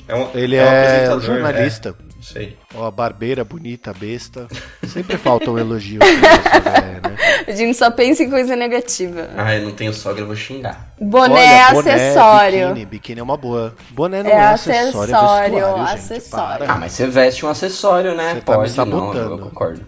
Speaker 2: É um,
Speaker 1: Ele
Speaker 2: é um
Speaker 1: é um
Speaker 2: apresentador,
Speaker 1: jornalista.
Speaker 2: é. Não sei.
Speaker 1: Ó, barbeira, bonita, besta. Sempre faltam elogios. pra essa ideia, né?
Speaker 3: A gente só pensa em coisa negativa.
Speaker 2: Ah, eu não tenho sogra, eu vou xingar.
Speaker 3: Boné
Speaker 1: Olha,
Speaker 3: é acessório.
Speaker 1: Biquíni, biquíni é uma boa. Boné não é,
Speaker 3: É
Speaker 1: acessório,
Speaker 3: acessório,
Speaker 1: é vestuário,
Speaker 3: acessório.
Speaker 2: Ah,
Speaker 1: Gente, para.
Speaker 2: mas você veste um acessório, né?
Speaker 1: Você tá me
Speaker 2: Pode, não,
Speaker 1: sabotando.
Speaker 2: eu concordo.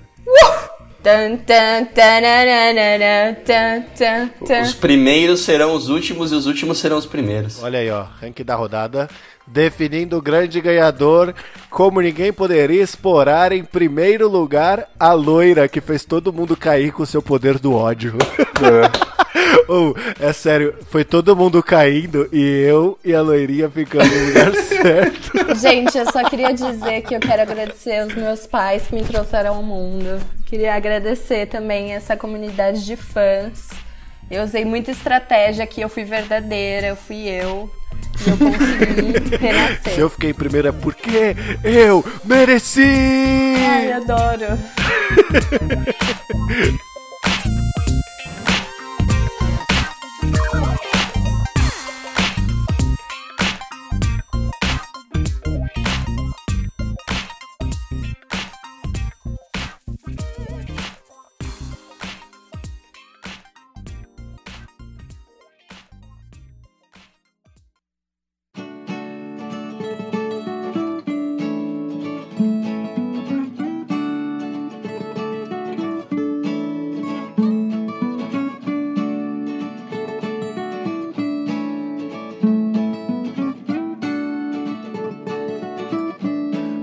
Speaker 3: Tan, tan, tananana, tan, tan, tan.
Speaker 2: Os primeiros serão os últimos e os últimos serão os primeiros.
Speaker 1: Olha aí, ó, ranking da rodada. Definindo o grande ganhador, como ninguém poderia explorar em primeiro lugar a loira, que fez todo mundo cair com o seu poder do ódio.
Speaker 4: É.
Speaker 1: Ou, é sério, foi todo mundo caindo e eu e a loirinha ficando no lugar certo.
Speaker 3: Gente, eu só queria dizer que eu quero agradecer aos meus pais que me trouxeram ao mundo. Queria agradecer também essa comunidade de fãs. Eu usei muita estratégia aqui, eu fui verdadeira, eu fui eu. E eu consegui renascer.
Speaker 1: Se eu fiquei em primeiro é porque eu mereci!
Speaker 3: Ai, adoro.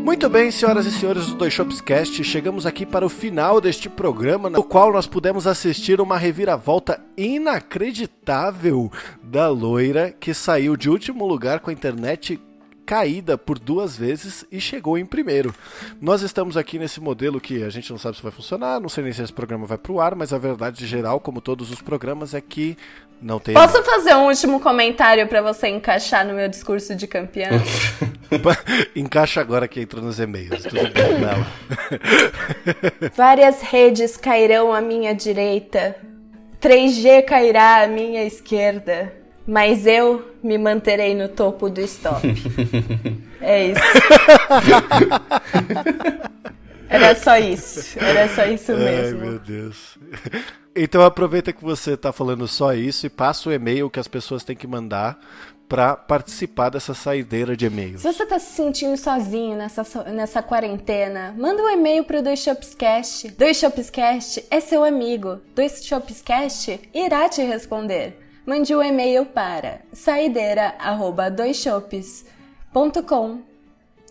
Speaker 1: Muito bem, senhoras e senhores do Dois Shops Cast, chegamos aqui para o final deste programa, no qual nós pudemos assistir uma reviravolta inacreditável da loira que saiu de último lugar com a internet caída por duas vezes e chegou em primeiro. Nós estamos aqui nesse modelo que a gente não sabe se vai funcionar, não sei nem se esse programa vai pro ar, mas a verdade geral, como todos os programas, é que não tem
Speaker 3: Posso fazer um último comentário pra você encaixar no meu discurso de campeã?
Speaker 1: encaixa agora que entrou nos e-mails. Tudo bem, Bela?
Speaker 3: Várias redes cairão à minha direita, 3G cairá à minha esquerda, mas eu me manterei no topo do stop. é isso. Era só isso, era só isso
Speaker 1: Ai,
Speaker 3: mesmo.
Speaker 1: meu Deus. Então aproveita que você tá falando só isso e passa o e-mail que as pessoas têm que mandar pra participar dessa saideira de e-mails.
Speaker 3: Se você tá se sentindo sozinho nessa, so- nessa quarentena, manda um e-mail pro Dois Shops Cast. Dois Shops Cast é seu amigo. Dois Shops Cast irá te responder. Mande um e-mail para saideira@doisshops.com.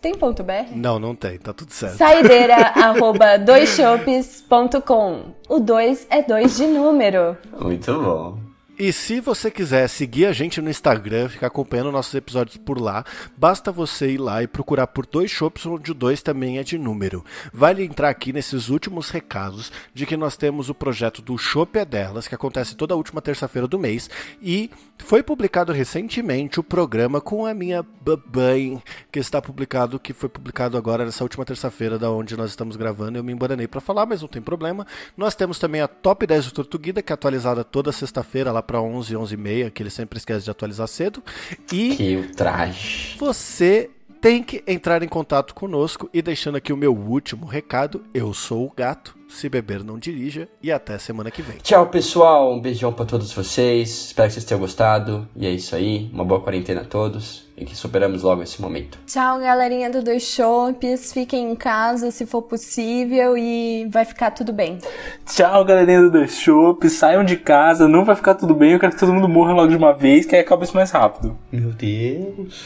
Speaker 3: Tem ponto BR?
Speaker 1: Não, não tem, tá tudo certo.
Speaker 3: saideira@doisshops.com. O dois é dois de número.
Speaker 2: Muito bom.
Speaker 1: E se você quiser seguir a gente no Instagram, ficar acompanhando nossos episódios por lá, basta você ir lá e procurar por dois shops, onde o dois também é de número. Vale entrar aqui nesses últimos recados de que nós temos o projeto do Shop é Delas, que acontece toda última terça-feira do mês, e foi publicado recentemente o programa com a minha babãe, que está publicado, que foi publicado agora nessa última terça-feira, da onde nós estamos gravando. Eu me embananei para falar, mas não tem problema. Nós temos também a Top 10 do Tortuguida, que é atualizada toda sexta-feira, lá para 11, 11 e meia, que ele sempre esquece de atualizar cedo. E
Speaker 2: Que ultraje.
Speaker 1: você tem que entrar em contato conosco e deixando aqui o meu último recado, eu sou o gato, se beber não dirija e até semana que vem.
Speaker 2: Tchau, pessoal. Um beijão pra todos vocês. Espero que vocês tenham gostado. E é isso aí. Uma boa quarentena a todos. E que superamos logo esse momento.
Speaker 3: Tchau, galerinha do Dois Shops. Fiquem em casa se for possível e vai ficar tudo bem.
Speaker 4: Tchau, galerinha do The Shop. Saiam de casa, não vai ficar tudo bem. Eu quero que todo mundo morra logo de uma vez, que aí acaba isso mais rápido.
Speaker 2: Meu Deus.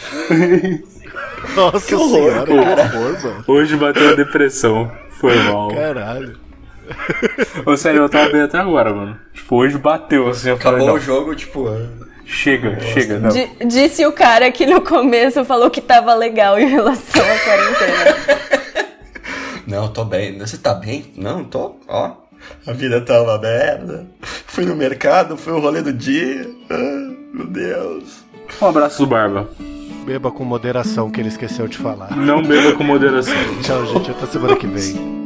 Speaker 1: Nossa que horror, senhora, que horror, mano.
Speaker 4: Hoje bateu a depressão. Foi mal.
Speaker 1: Caralho.
Speaker 4: Ô, sério, eu tava bem até agora, mano. Tipo, hoje bateu assim. Eu falei,
Speaker 2: Acabou
Speaker 4: não,
Speaker 2: o jogo, tipo.
Speaker 4: chega, chega, não.
Speaker 3: D- disse o cara que no começo falou que tava legal em relação à quarentena.
Speaker 2: Não, tô bem. Você tá bem? Não, tô. Ó. A vida tá uma merda. Fui no mercado, foi o rolê do dia. Ah, meu Deus.
Speaker 4: Um abraço do Barba.
Speaker 1: Beba com moderação que ele esqueceu de falar.
Speaker 4: Não beba com moderação.
Speaker 1: Tchau, gente. Até semana que vem.